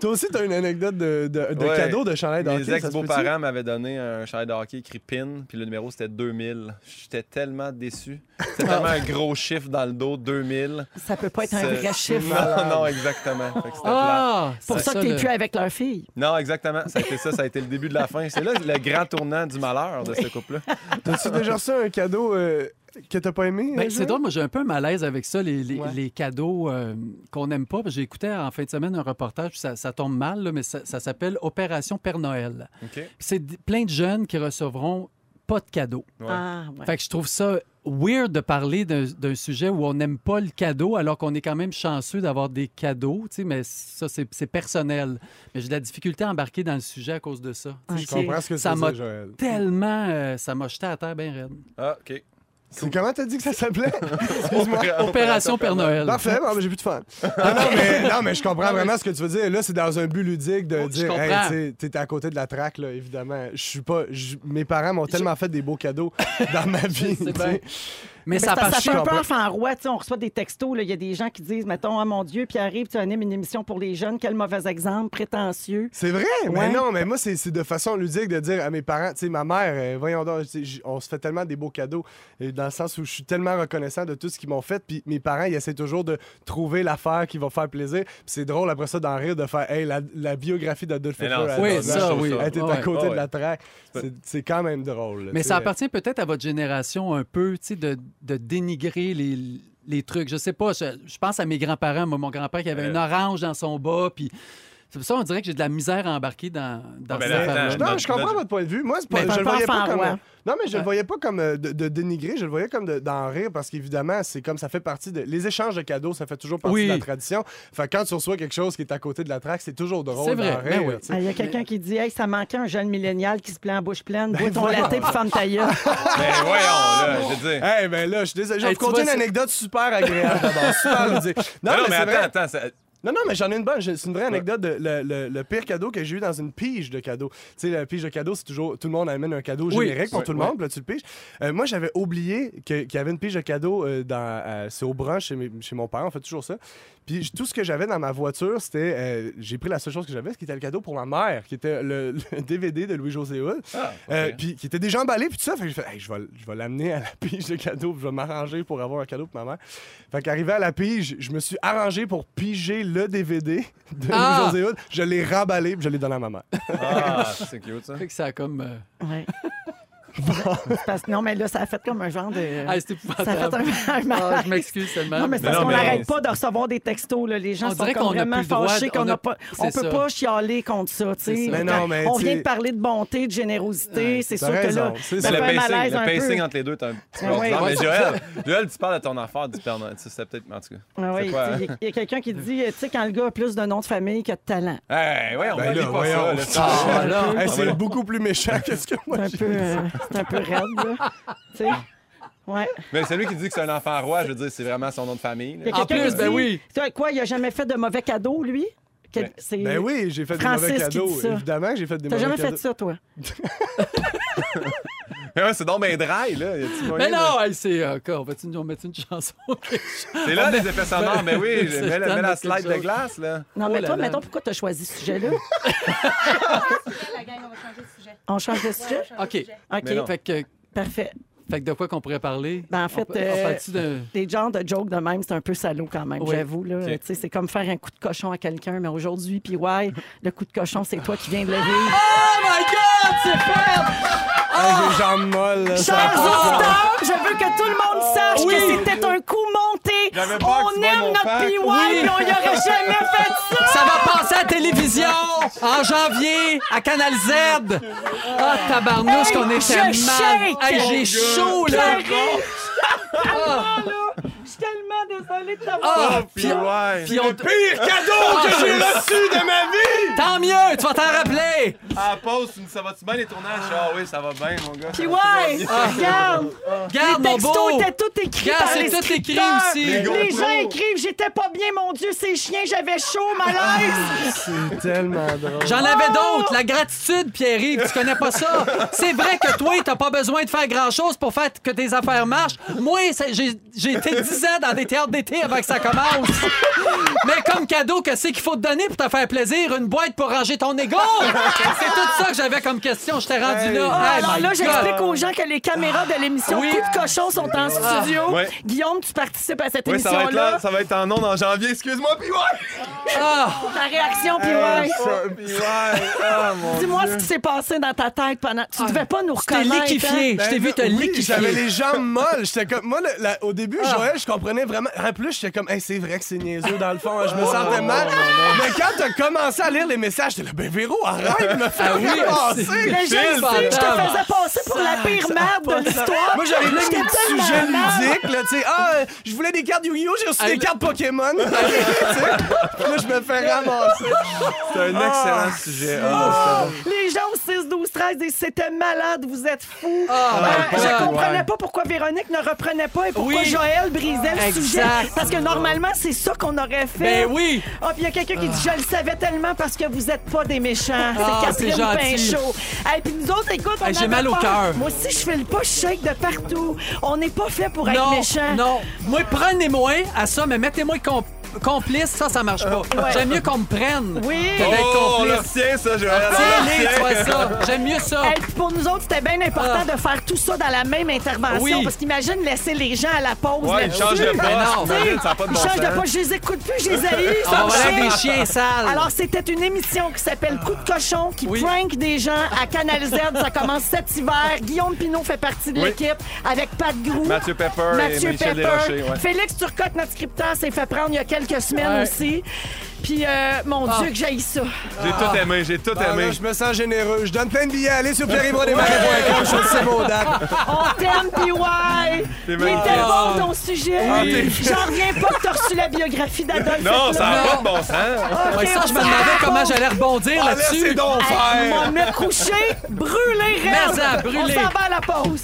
Toi aussi, t'as une anecdote de, de, de Ouais. cadeau de chandail de hockey. Mes ça se peut-tu? ex-beaux-parents m'avaient donné un chalet de hockey écrit PIN, puis le numéro c'était 2000. J'étais tellement déçu. C'était tellement un gros chiffre dans le dos, 2000. Ça peut pas être un C'est- vrai chiffre. Non, non, exactement. Fait que c'était Ah. plate. Pour ça, que t'es le- plus avec leur fille. Non, exactement. Ça a été ça, ça a été le début de la fin. C'est là le grand tournant du malheur de ce couple-là. T'as-tu déjà reçu un cadeau euh, que t'as pas aimé? Ben, hein, c'est Joël? drôle, moi j'ai un peu un malaise avec ça, les, les- Ouais. les cadeaux euh, qu'on n'aime pas. J'ai écouté en fin de semaine un reportage, puis ça, ça tombe mal, là, mais ça, ça s'appelle Opération Père Noël. OK? Ouais. Puis C'est d- plein de jeunes qui recevront pas de cadeaux. Ah, ouais. Fait que je trouve ça weird de parler d'un d'un sujet où on n'aime pas le cadeau alors qu'on est quand même chanceux d'avoir des cadeaux, tu sais, mais ça c'est c'est personnel. Mais j'ai de la difficulté à embarquer dans le sujet à cause de ça. Tu sais, Je comprends ce que Ça ça m'a- m'a... Joël. Tellement euh, ça m'a jeté à terre bien raide. Ah, OK. C'est comment t'as dit que ça s'appelait? Excuse-moi. Euh, Opération Père Noël. Parfait, bon, ben, j'ai plus de fun. Ah Non, non, mais, non, mais je comprends vraiment ce que tu veux dire. Là, c'est dans un but ludique de Oh, je dire, hey, comprends. tu sais, t'es à côté de la traque, là, évidemment. Je suis pas. je- Mes parents m'ont tellement fait des beaux cadeaux dans ma vie. sais tu bien. sais. Mais, Mais ça Ben, ça, ça passe fait un peu comprends. enfant roi, tu sais, on reçoit des textos, là, il y a des gens qui disent, mettons, ah mon Dieu, puis arrive, tu animes une émission pour les jeunes, quel mauvais exemple, prétentieux. C'est vrai, Ouais. mais non, mais moi, c'est c'est de façon ludique de dire à mes parents, tu sais, ma mère, euh, voyons donc, tu sais, j- on se fait tellement des beaux cadeaux, euh, dans le sens où je suis tellement reconnaissant de tout ce qu'ils m'ont fait, puis mes parents, ils essaient toujours de trouver l'affaire qui va faire plaisir, puis c'est drôle après ça d'en rire, de faire, hey, la, la biographie d'Adolf Mais Hitler, non, elle- Oui, elle- ça, elle- oui. elle était Ah à ouais. côté Ah de ouais. la traque, C'est- c'est quand même drôle. là, Mais tu ça sais. appartient peut-être à votre génération un peu, tu sais, de, de dénigrer les, les trucs. Je sais pas, je, je pense à mes grands-parents. Moi, mon grand-père qui avait Euh. une orange dans son bas, puis... C'est pour ça on dirait que j'ai de la misère à embarquer dans, dans Ah, ben cette là, affaire-là. attends, Non, je comprends Notre- votre point de vue. Moi, c'est pas- Ben, Mais je le voyais pas pas enfant, comme. euh, ouais. Non, mais je Ouais. le voyais pas comme euh, de, de dénigrer, je le voyais comme de- d'en rire parce qu'évidemment, c'est comme ça fait partie de. Les échanges de cadeaux, ça fait toujours partie Oui. de la tradition. Fait que quand tu reçois quelque chose qui est à côté de la traque, c'est toujours drôle. C'est vrai, d'en ben rire, oui. tu Ah, sais. Il y a quelqu'un qui dit, hey, ça manquait un jeune millénial qui se plaint en bouche pleine, Ben, bois ton voyons. latte puis ferme ta gueule. Ben voyons, là, je veux dire. Hey, ben là, je suis désolé. Je vais Hey, vous tu conter vois, une c'est- anecdote super agréable d'abord. Super ludique. Non, Non, non, mais, mais c'est attends, vrai. attends. ça- Non, non, mais j'en ai une bonne. J'ai- C'est une vraie anecdote de le, le- le pire cadeau que j'ai eu dans une pige de cadeaux. Tu sais, la pige de cadeaux, c'est toujours tout le monde amène un cadeau Oui. générique pour Ouais, tout le ouais. monde, puis là, tu le piges. Euh, moi, j'avais oublié que- qu'il y avait une pige de cadeaux euh, dans. euh, c'est au branche chez, mes- chez mon père, on fait toujours ça. Puis j- tout ce que j'avais dans ma voiture, c'était. euh, j'ai pris la seule chose que j'avais, ce qui était le cadeau pour ma mère, qui était le, le DVD de Louis-José Hood. Ah. Euh, puis qui était déjà emballé, puis tout ça. Fait que j'ai fait, Hey, je vais, je vais l'amener à la pige de cadeau, puis je vais m'arranger pour avoir un cadeau pour ma mère. Fait qu'arrivé à la pige, je me suis arrangé pour piger le DVD de Ah! Louis-José Hood. Je l'ai remballé, puis je l'ai donné à ma mère. Ah, c'est cute, ça. Fait que ça a comme. euh, Ouais. Parce que non, mais là, ça a fait comme un genre de. Ah, c'est ça a fait épouvantable. un, un malaise. Ah, je m'excuse tellement. Non, mais c'est Mais parce non, qu'on mais- n'arrête pas de recevoir des textos. Là. Les gens On sont dirait comme qu'on a vraiment plus le droit fâchés de- on qu'on n'a a- pas. c'est On peut ça. pas chialer contre ça. tu sais. C'est ça. Mais non, mais on tu vient sais- de parler de bonté, de générosité. C'est t'as sûr que là, raison, c'est ça ça. le fait un pacing, malaise le un pacing peu. entre les deux est un petit peu Ouais, ouais. bizarre. Mais Joël, Joël, tu parles de ton affaire du Père Noël. Ça, C'était peut-être. En tout cas. Ah oui, c'est tu quoi, sais, Il y a- il y a quelqu'un qui dit, euh, tu sais, quand le gars a plus de nom de famille que de talent. Hey, ouais, on Ben va là, pas voyons. ça. là. Ah, là. Ah, Hey, c'est ouais. beaucoup plus méchant que ce que moi C'est un j'ai. peu, euh, c'est un peu raide, là. Tu sais? Ouais. Mais celui qui dit que c'est un enfant roi, je veux dire, c'est vraiment son nom de famille. là. Il y a En quelqu'un qui plus, ben dit, oui. tu sais Quoi, il a jamais fait de mauvais cadeaux, lui? Que- Ben- c'est- Ben oui, j'ai fait Francis des mauvais qui cadeaux. dit ça. Évidemment que j'ai fait des T'as mauvais jamais cadeaux. fait ça, toi? Mais ouais, c'est donc ben dry, là. Y a-t-il moyen Mais de- non, hey, c'est. euh, quoi, on va-tu nous mettre une chanson? C'est là, les effets sonores. Ah, Mais oui, C'est mets, le la- temps mets la de quelque slide de chose. glace, là. Non, Oh mais là toi, là. mettons, pourquoi t'as choisi ce sujet-là? La gang, on va changer de sujet. On change de sujet? Ouais, on change de OK. sujet. Mais non. OK, fait, que, parfait. fait que de quoi qu'on pourrait parler? Ben, en fait, On peut- on euh, parle-tu de- Des genres de jokes de même, c'est un peu salaud quand même, Oui. j'avoue. là. Ok. Tu sais, C'est comme faire un coup de cochon à quelqu'un, mais aujourd'hui, puis ouais, le coup de cochon, c'est toi qui viens de le vivre. Oh my God, c'est fait! Ah! Hey, j'ai les jambes molles. là, ça a Chers pas de sens. auditeurs, je veux que tout le monde sache Ah, Oui. que c'était un coup monté. J'avais peur que tu On vois aime mon notre pack. PY, Oui. mais on y aurait jamais fait ça. Ça va passer à la télévision en janvier à Canal Z. Ah, tabarnouche, Hey, qu'on est je tellement... shake! Hey, j'ai chaud, là! Pierre, Je suis tellement désolée de t'avoir. Ah, Puis puis on- ouais. puis on- pire cadeau que j'ai reçu de ma vie! Tant mieux, tu vas t'en rappeler! À la Ah, pause, tu me dis, ça va-tu bien les tournages? Ah oui, ça va bien, mon gars. Puis ouais, regarde, Regarde, les Ah. mon beau! textos étaient tout écrits Regarde, par c'est les tout écrit scripteurs. aussi. Les gars. Les gens écrivent, j'étais pas bien, mon Dieu, ces chiens, j'avais chaud, malaise. C'est tellement drôle. J'en avais Oh! d'autres. La gratitude, Pierre-Yves, tu connais pas ça. C'est vrai que toi, t'as pas besoin de faire grand-chose pour faire que tes affaires marchent. Moi, ça- j'ai j'ai été 10 ans dans des théâtres d'été avant que ça commence. Mais comme cadeau, que c'est qu'il faut te donner pour te faire plaisir? Une boîte pour ranger ton ego? C'est tout ça que j'avais comme question. Je t'ai rendu Hey. là. Ah, Hey, alors Oh my là, God. j'explique aux gens que les caméras de l'émission Oui. Ah. Coup de cochon sont en studio. Ouais. Guillaume, tu participes à cette Oui, ça va être là, émission-là. ça va être en ondes en janvier, excuse-moi, puis ouais! Ah, Ta réaction, puis Euh, ouais. Ça, Oh, puis ouais! Ah, mon Dis-moi ce qui s'est passé dans ta tête pendant. Tu devais pas nous t'es reconnaître. hein? Ah. liquéfié. Ben Je t'ai vu là, te oui, J'avais liquéfier. les jambes molles. J'étais comme. Moi, le- la- au début, Ah. Joël, je comprenais vraiment. En plus, j'étais comme, hey, c'est vrai que c'est niaiseux dans le fond. hein, Je Oh, me sentais mal. Mais quand t'as commencé à lire les messages, j'étais là, ben Véro, arrête de me faire Ben, Ah oui, passer. c'est- Mais Ben, je le sais, je te Fantôme. faisais passer pour la pire merde de l'histoire. Moi, j'avais plein de J'étais petits tellement sujets mal. ludiques, là, tu sais. Ah, euh, je voulais des cartes Yu-Gi-Oh! J'ai reçu Hey, des cartes Pokémon. Tu sais, là, je me fais ramasser. C'est un excellent sujet. Ah, Les gens au 6, 12, 13, ils c'était malade, vous êtes fous. Ah, Euh, my je God. comprenais pas pourquoi Véronique ne reprenait pas et pourquoi Oui. Joël brisait le Exact. sujet. Parce que normalement, c'est ça qu'on aurait fait. Ben oui! Ah, puis il y a quelqu'un qui dit Je le savais tellement parce que vous n'êtes pas des méchants. Ah, C'est c'est Catherine gentil. Pinchot. Et puis nous autres, écoute, on Hey, j'ai avait mal au peur. cœur. Moi aussi, je file pas, je shake de partout. On n'est pas fait pour être non, méchant. Non, moi, prenez-moi à ça, mais mettez-moi com- complice, ça, ça marche pas. J'aime mieux qu'on me prenne Oui. que ça va. d'être Oh, on le complice. retient, ça, Joël! on le Tiens, retient. tu vois ça. J'aime mieux ça. Hey, puis Euh, pour nous autres, c'était bien important de faire tout ça dans la même intervention. Oui. Parce qu'imagine laisser les gens à la pause. Ouais, il là-dessus. change de poste, Ben non. t'imagines, ça n'a pas de Ils bon changent de sens. poste. Je les écoute plus, je les haïs. ils On sont va l'air chiants. des chiens sales. Alors, c'était une émission qui s'appelle Coup de cochon, qui Oui. prank des gens à Canal Z. Ça commence cet hiver. Guillaume Pinot fait partie de Oui. l'équipe avec Pat Grou. Mathieu Pepper et Mathieu Michel Pepper. Desrochers, ouais. Félix Turcotte, notre scripteur, s'est fait prendre il y a quelques semaines Ouais. aussi. Puis, euh, mon Dieu, que j'aille ça. J'ai tout aimé, j'ai tout Ah, aimé. là, je me sens généreux. Je donne plein de billets. Allez sur pierre-yvrodesmarais.com. Je sais mon date. On t'aime, PY! Il C'est était magnifique. Ah, bon ton sujet! t'es- J'en reviens pas que t'as reçu la biographie d'Adolphe. Non, Hitler. ça n'a pas de bon sens. Ok, Ouais, ça, je me on demandais s'en comment va. j'allais rebondir Ah, là, c'est là-dessus. donc Hey, faire. On me coucher, brûler, Mais ça, brûler. Ah. On s'en va à la pause.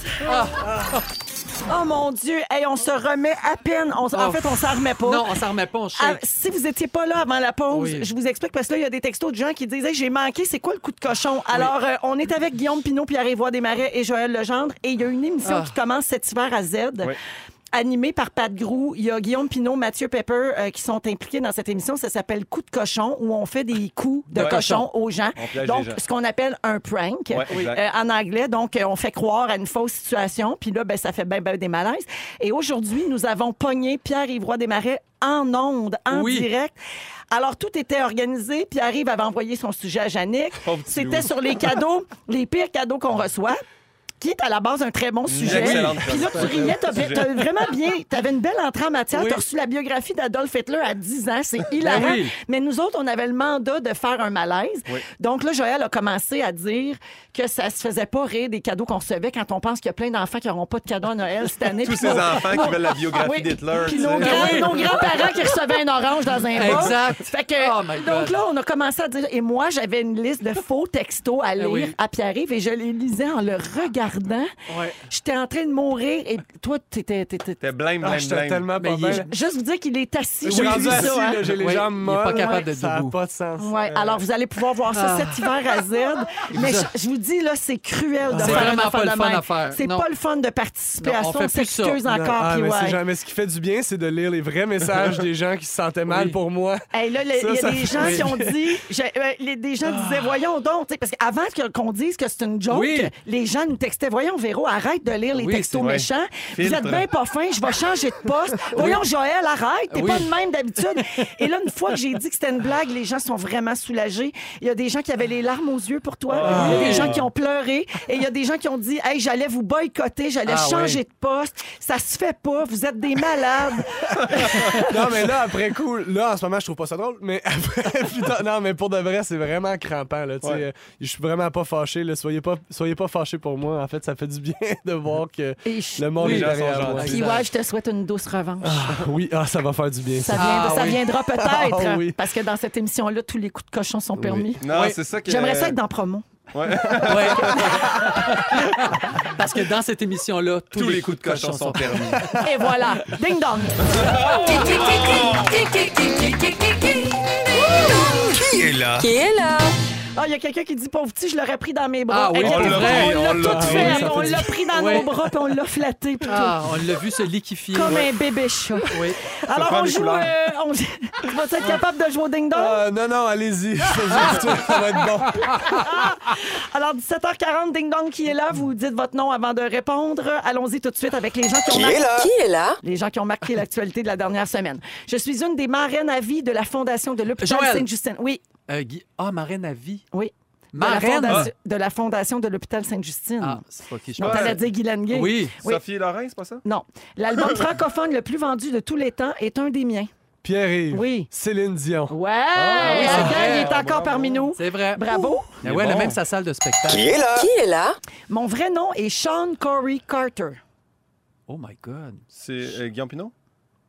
Oh mon Dieu, hey, on se remet à peine. On s- En Oh. fait, on s'en remet pas. Non, on s'en remet pas, on shake. Ah, si vous n'étiez pas là avant la pause, Oui. je vous explique parce que là, il y a des textos de gens qui disent Hey, J'ai manqué, c'est quoi le coup de cochon Alors, euh, on est avec Guillaume Pinot, Pierre-Évoix Desmarais et Joël Legendre. Et il y a une émission Ah. qui commence cet hiver à Z. Oui. Animée par Pat Grou, il y a Guillaume Pinot, Mathieu Pepper euh, qui sont impliqués dans cette émission. Ça s'appelle Coup de cochon, où on fait des coups de Ouais. cochon aux gens. On piège Donc, les gens. ce qu'on appelle un prank Ouais, exact. euh, en anglais. Donc, euh, on fait croire à une fausse situation. Puis là, ben, ça fait ben, ben des malaises. Et aujourd'hui, nous avons pogné Pierre-Yvroy Desmarais en onde, en Oui. direct. Alors, tout était organisé. Pierre-Yves avait envoyé son sujet à Yannick. Pauvre petit C'était loup. sur les cadeaux, les pires cadeaux qu'on reçoit qui est à la base un très bon sujet. excellente Puis là, tu personne. riais, t'as Sujet. t'as vraiment bien, t'avais une belle entrée en matière, Oui. t'as reçu la biographie d'Adolf Hitler à 10 ans, c'est hilarant. Ben oui. Mais nous autres, on avait le mandat de faire un malaise. Donc là, Joël a commencé à dire que ça se faisait pas rire des cadeaux qu'on recevait quand on pense qu'il y a plein d'enfants qui n'auront pas de cadeaux à Noël cette année. Tous Puis ces nos- enfants qui veulent la Ah Oui. biographie d'Hitler. Puis tu nos, sais. Ah grands- Oui. nos grands-parents qui recevaient un orange dans un bol. Exact. Fait que, Oh my God. donc là, on a commencé à dire. Et moi, j'avais une liste de faux textos à lire Eh oui. à Pierre-Yves et je les lisais en le regardant. Ouais. J'étais en train de mourir et toi, t'étais. t'étais- T'es blame, Ah, blame, j'étais blâme. tellement Mais pas il bien. est- Juste vous dire qu'il est assis. Je j'ai suis vu rendu ça, assis, hein. là, j'ai les Oui, jambes il est pas molles. capable d'être Ça debout. n'a pas de sens. Ouais, Euh, alors vous allez pouvoir voir ça Ah. cet hiver à Z. Mais je, je vous dis, là, c'est cruel de C'est faire une vraiment affaire pas le de fun même. à faire. C'est Non. pas le fun de participer Non, à on ça. fait On plus ça. s'excuse non, encore. ah, puis mais ouais. c'est jamais ce qui fait du bien, c'est de lire les vrais messages des gens qui se sentaient mal Oui. pour moi. Hey, là, le- Ça, il y a ça des fait- gens oui. qui ont dit, j'ai- euh, les- des gens disaient, voyons donc, tu sais, parce qu'avant que- qu'on dise que c'est une joke, Oui. les gens nous textaient, voyons Véro, arrête de lire les Oui, textos c'est vrai. méchants, vous Filtre. êtes bien pas fin, je vais changer de poste, voyons Joël, arrête, t'es Oui. pas de même d'habitude. Et là, une fois que j'ai dit que c'était une blague, les gens sont vraiment soulagés. Il y a des gens qui avaient les larmes aux yeux pour toi, il y a des gens qui ont pleuré, et il y a des gens qui ont dit, hey, j'allais vous boycotter, j'allais Ah, changer oui. de poste, ça se fait pas, vous êtes des malades. Non, mais là, après coup, là, en ce moment, je trouve pas ça drôle, mais après, putain, non, mais pour de vrai, c'est vraiment crampant, là, tu sais. Ouais. euh, Je suis vraiment pas fâché, là. Soyez pas, soyez pas fâchés pour moi. En fait, ça fait du bien de voir que Et je- le monde Oui. est Les gens sont derrière moi. gentils. Puis ouais, je te souhaite une douce revanche. Ah, oui, ah, ça va faire du bien. Ça, ça. vient- Ah ça oui. viendra peut-être. Ah oui. Parce que dans cette émission-là, tous les coups de cochon sont permis. Non, Oui. euh, c'est ça que. J'aimerais ça être dans promo. Ouais. Ouais. Parce que dans cette émission-là, tous, Tous les coups de cochon sont permis. Et voilà. Ding dong. Qui est là? Qui est là? Ah, il y a quelqu'un qui dit pauvre petit, je l'aurais pris dans mes bras. Ah oui, Inquiétez-vous on l'a pas, pris, on on l'a l'a tout pris. fait. hein, Ça on fait l'a du- pris dans Ouais. nos bras puis on l'a flatté. puis tout. Ah, on l'a vu se liquéfier. Comme un bébé chat. Alors, prend on des joue. couleurs. euh, on... tu vas être capable de jouer au ding-dong? Ah, non, non, allez-y. ça va être bon. Alors, 17h40, ding-dong qui est là. Vous dites votre nom avant de répondre. Allons-y tout de suite avec les gens qui ont marqué- Qui est là? les gens qui ont marqué l'actualité de la dernière semaine. Je suis une des marraines à vie de la fondation de l'hôpital Joël. Sainte-Justine. Oui, Euh, Guy- Ah, marraine à vie. oui. De la, Marraine. fondation- de la fondation de l'hôpital Sainte-Justine. Ah, c'est pas qui je non, pense. t'allais dire Guylaine Gay. Oui. Oui. Sophie et Laurent, c'est pas ça? Non. L'album francophone le plus vendu de tous les temps est un des miens. Pierre-Yves. Oui. Céline Dion. Ouais! Ah, oui, c'est Adèle, vrai. il est encore parmi nous. C'est vrai. Bravo. Ah ouais, elle a même sa salle de spectacle. Qui est là? Qui est là? Mon vrai nom est Sean Corey Carter. Oh my God. C'est euh, Guillaume Pinot?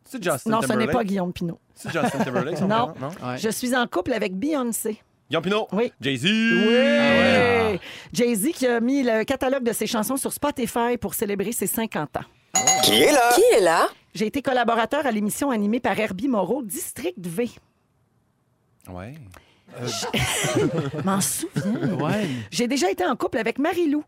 C'est Justin Non, ce Timberlake. n'est pas Guillaume Pinot. C'est Justin Timberlake, son Non. prénom, non? Ouais. Je suis en couple avec Beyoncé. Guillaume Pinot? Oui. Jay-Z? Ah Hey. Jay-Z qui a mis le catalogue de ses chansons sur Spotify pour célébrer ses 50 ans. Qui est là? Qui est là? J'ai été collaborateur à l'émission animée par Herbie Moreau, District V. Ah Ouais. Euh, M'en souviens. Ouais. J'ai déjà été en couple avec Marie-Lou.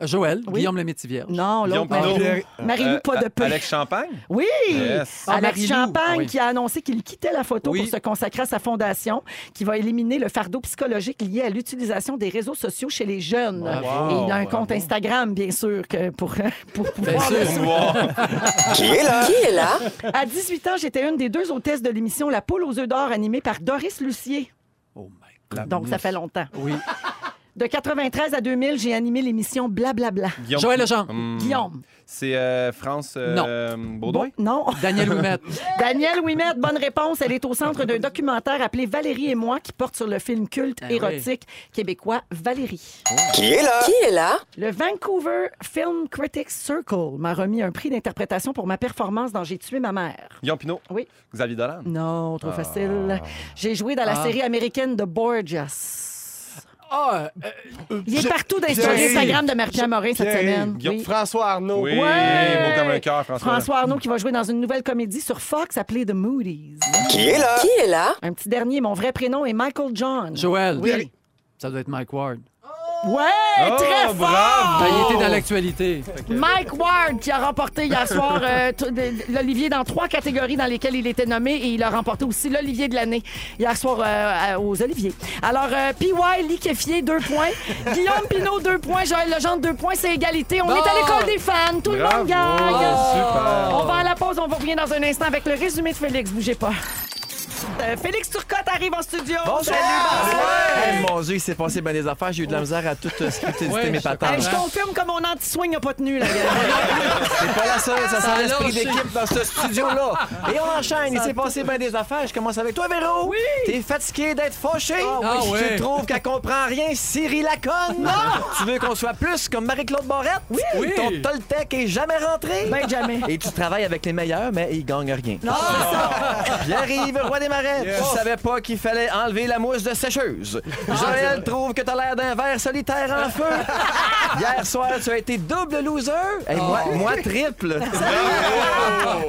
Joël, Oui. Guillaume le métier vierge. Non, l'autre Guillaume Pinot. Marie-Lou. Pierre- Marie-Lou, Euh, pas de A- paix. Alex Champagne? Oui! Yes. Ah, Alex Marie-Lou. Champagne Ah oui. qui a annoncé qu'il quittait la photo Oui. pour se consacrer à sa fondation qui va éliminer le fardeau psychologique lié à l'utilisation des réseaux sociaux chez les jeunes. Bravo. Et il a un compte Instagram, bien sûr, que pour, pour pouvoir sûr. le Wow. Qui est là? Qui est là? À 18 ans, j'étais une des deux hôtesses de l'émission La poule aux œufs d'or animée par Doris Lucier. Oh my God. Donc, ça fait longtemps. Oui. De 93 à 2000, j'ai animé l'émission Blablabla. Guillaume- Joël Legendre. Hum, Guillaume. C'est euh, France euh, Baudouin? Non. Daniel Ouimet. Daniel Ouimet, bonne réponse. Elle est au centre d'un documentaire appelé Valérie et moi qui porte sur le film culte Ah oui. érotique québécois Valérie. Oh. Qui est là? Qui est là? Le Vancouver Film Critics Circle m'a remis un prix d'interprétation pour ma performance dans J'ai tué ma mère. Guillaume Pinot? Oui. Xavier Dolan? Ah. Non, trop facile. J'ai joué dans la Ah. série américaine de Borgias. Ah, euh, Il est partout dans l'histoire Pierre- Instagram de Marie-Pierre Morin cette Pierre- semaine. Guillaume- Oui. François Arnaud. Ouais. Oui, beau comme un cœur, François. François Arnaud qui va jouer dans une nouvelle comédie sur Fox appelée The Moody's. Qui est là? Qui est là? Un petit dernier, mon vrai prénom est Michael John. Joël. Oui. Ça doit être Mike Ward. Ouais, Oh, très fort! bravo! Ben, il était dans l'actualité. Mike Ward qui a remporté hier soir euh, t- de- l'Olivier dans trois catégories dans lesquelles il était nommé et il a remporté aussi l'Olivier de l'année hier soir euh, euh, aux Oliviers. Alors, euh, PY liquéfié, deux points. Guillaume Pinot, deux points. Joël Legendre, deux points. C'est égalité. On Bon. est à l'école des fans. Tout le Bravo. monde gagne. Super. On va à la pause, on va revenir dans un instant avec le résumé de Félix. Bougez pas. Euh, Félix Turcotte arrive en studio. Salut, Oh, hey, mon Dieu, il s'est passé bien des affaires. J'ai eu de la misère à tout euh, scripter Ouais, mes je sais patates. Hey, je confirme que mon anti-swing n'a pas tenu, la gueule. C'est pas la seule, Ça ça sent l'esprit lâche. d'équipe dans ce studio-là. Et on enchaîne, il s'est passé bien des affaires. Je commence avec toi, Véro. Oui. T'es fatigué d'être fauché. Ah oui. Tu trouves qu'elle comprend rien, Cyril Laconne. Non. Tu veux qu'on soit plus comme Marie-Claude Barrette. Oui. Oui. Ton Toltec est jamais rentré. Ben, jamais. Et tu travailles avec les meilleurs, mais ils gagnent rien. Non, Pierre-Yves, roi des marais, tu savais pas qu'il fallait enlever la mousse de sécheuse. Joël trouve que t'as l'air d'un verre solitaire en feu. Hier soir, tu as été double loser. Et moi, moi, triple.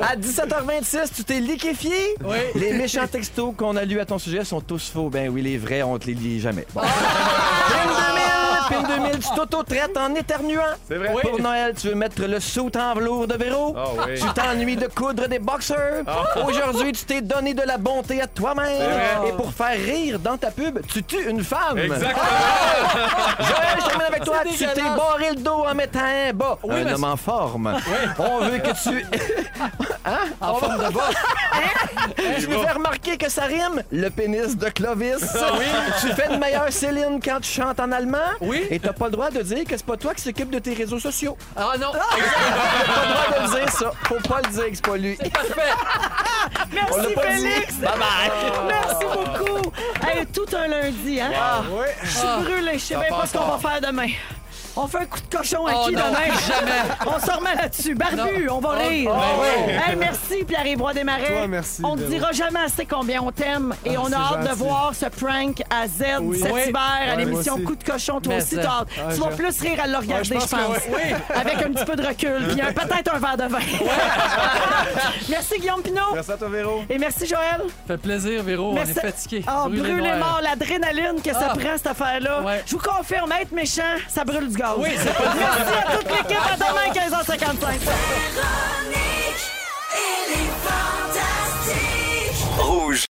à 17h26, tu t'es liquéfié. Les méchants textos qu'on a lus à ton sujet sont tous faux. Ben oui, les vrais, on te les lit jamais. Bon. Pin 2000, Pin 2000, tu t'auto-traites en éternuant. C'est vrai? Pour Noël, tu veux mettre le sou en velours de véro. Ah oui. Ah. Tu t'ennuies de coudre des boxers. Aujourd'hui, tu t'es donné de la bonté à toi-même. vrai. Et pour faire rire dans ta pub, tu tues une femme. Exactement. Joël, je termine avec toi. Tu t'es dégueulasse. barré le dos en mettant un bas. un mais homme en forme. On veut que tu... hein? En forme de bas. Je veux faire remarquer que ça rime. Le pénis de Clovis. Ah Tu fais une meilleure Céline quand tu chantes en allemand. Oui. Et t'as pas le droit de dire que c'est pas toi qui s'occupe de tes réseaux sociaux. Ah non, T'as pas le droit de le dire, ça. Faut pas le dire que c'est pas lui. parfait. Merci, Félix. Bye bye. Merci beaucoup. Hey, tout un lundi, hein? Je suis Ah. brûlée. Je sais même pas ce qu'on va faire demain. On fait un coup de cochon à Oh qui non, demain? jamais. Oh, On se remet là-dessus. Barbu, on va rire. Hey, merci, Pierre-Ébois Desmarais. Toi, merci, On ne Véro. Ah, dira jamais assez combien on t'aime et on a c'est hâte de gentil. voir ce prank à Z Oui. cet Oui. hiver à Ouais, l'émission moi aussi. Coup de cochon. Toi Mais aussi, ça. t'as hâte. Ouais, tu vas je- plus rire à le regarder, Ouais, je je pense pense. que oui. Avec un petit peu de recul puis un- peut-être un verre de vin. merci, Guillaume Pinot. Merci à toi, Véro. Et merci, Joël. Fait plaisir, Véro. Merci. On est fatigué. Ah, brûlé, noir. mort, l'adrénaline que ça Ah. prend, cette affaire-là. Ouais. Je vous confirme, être méchant, ça brûle du gaz. Oui, c'est pas Merci à toute l'équipe. À demain, 15h55.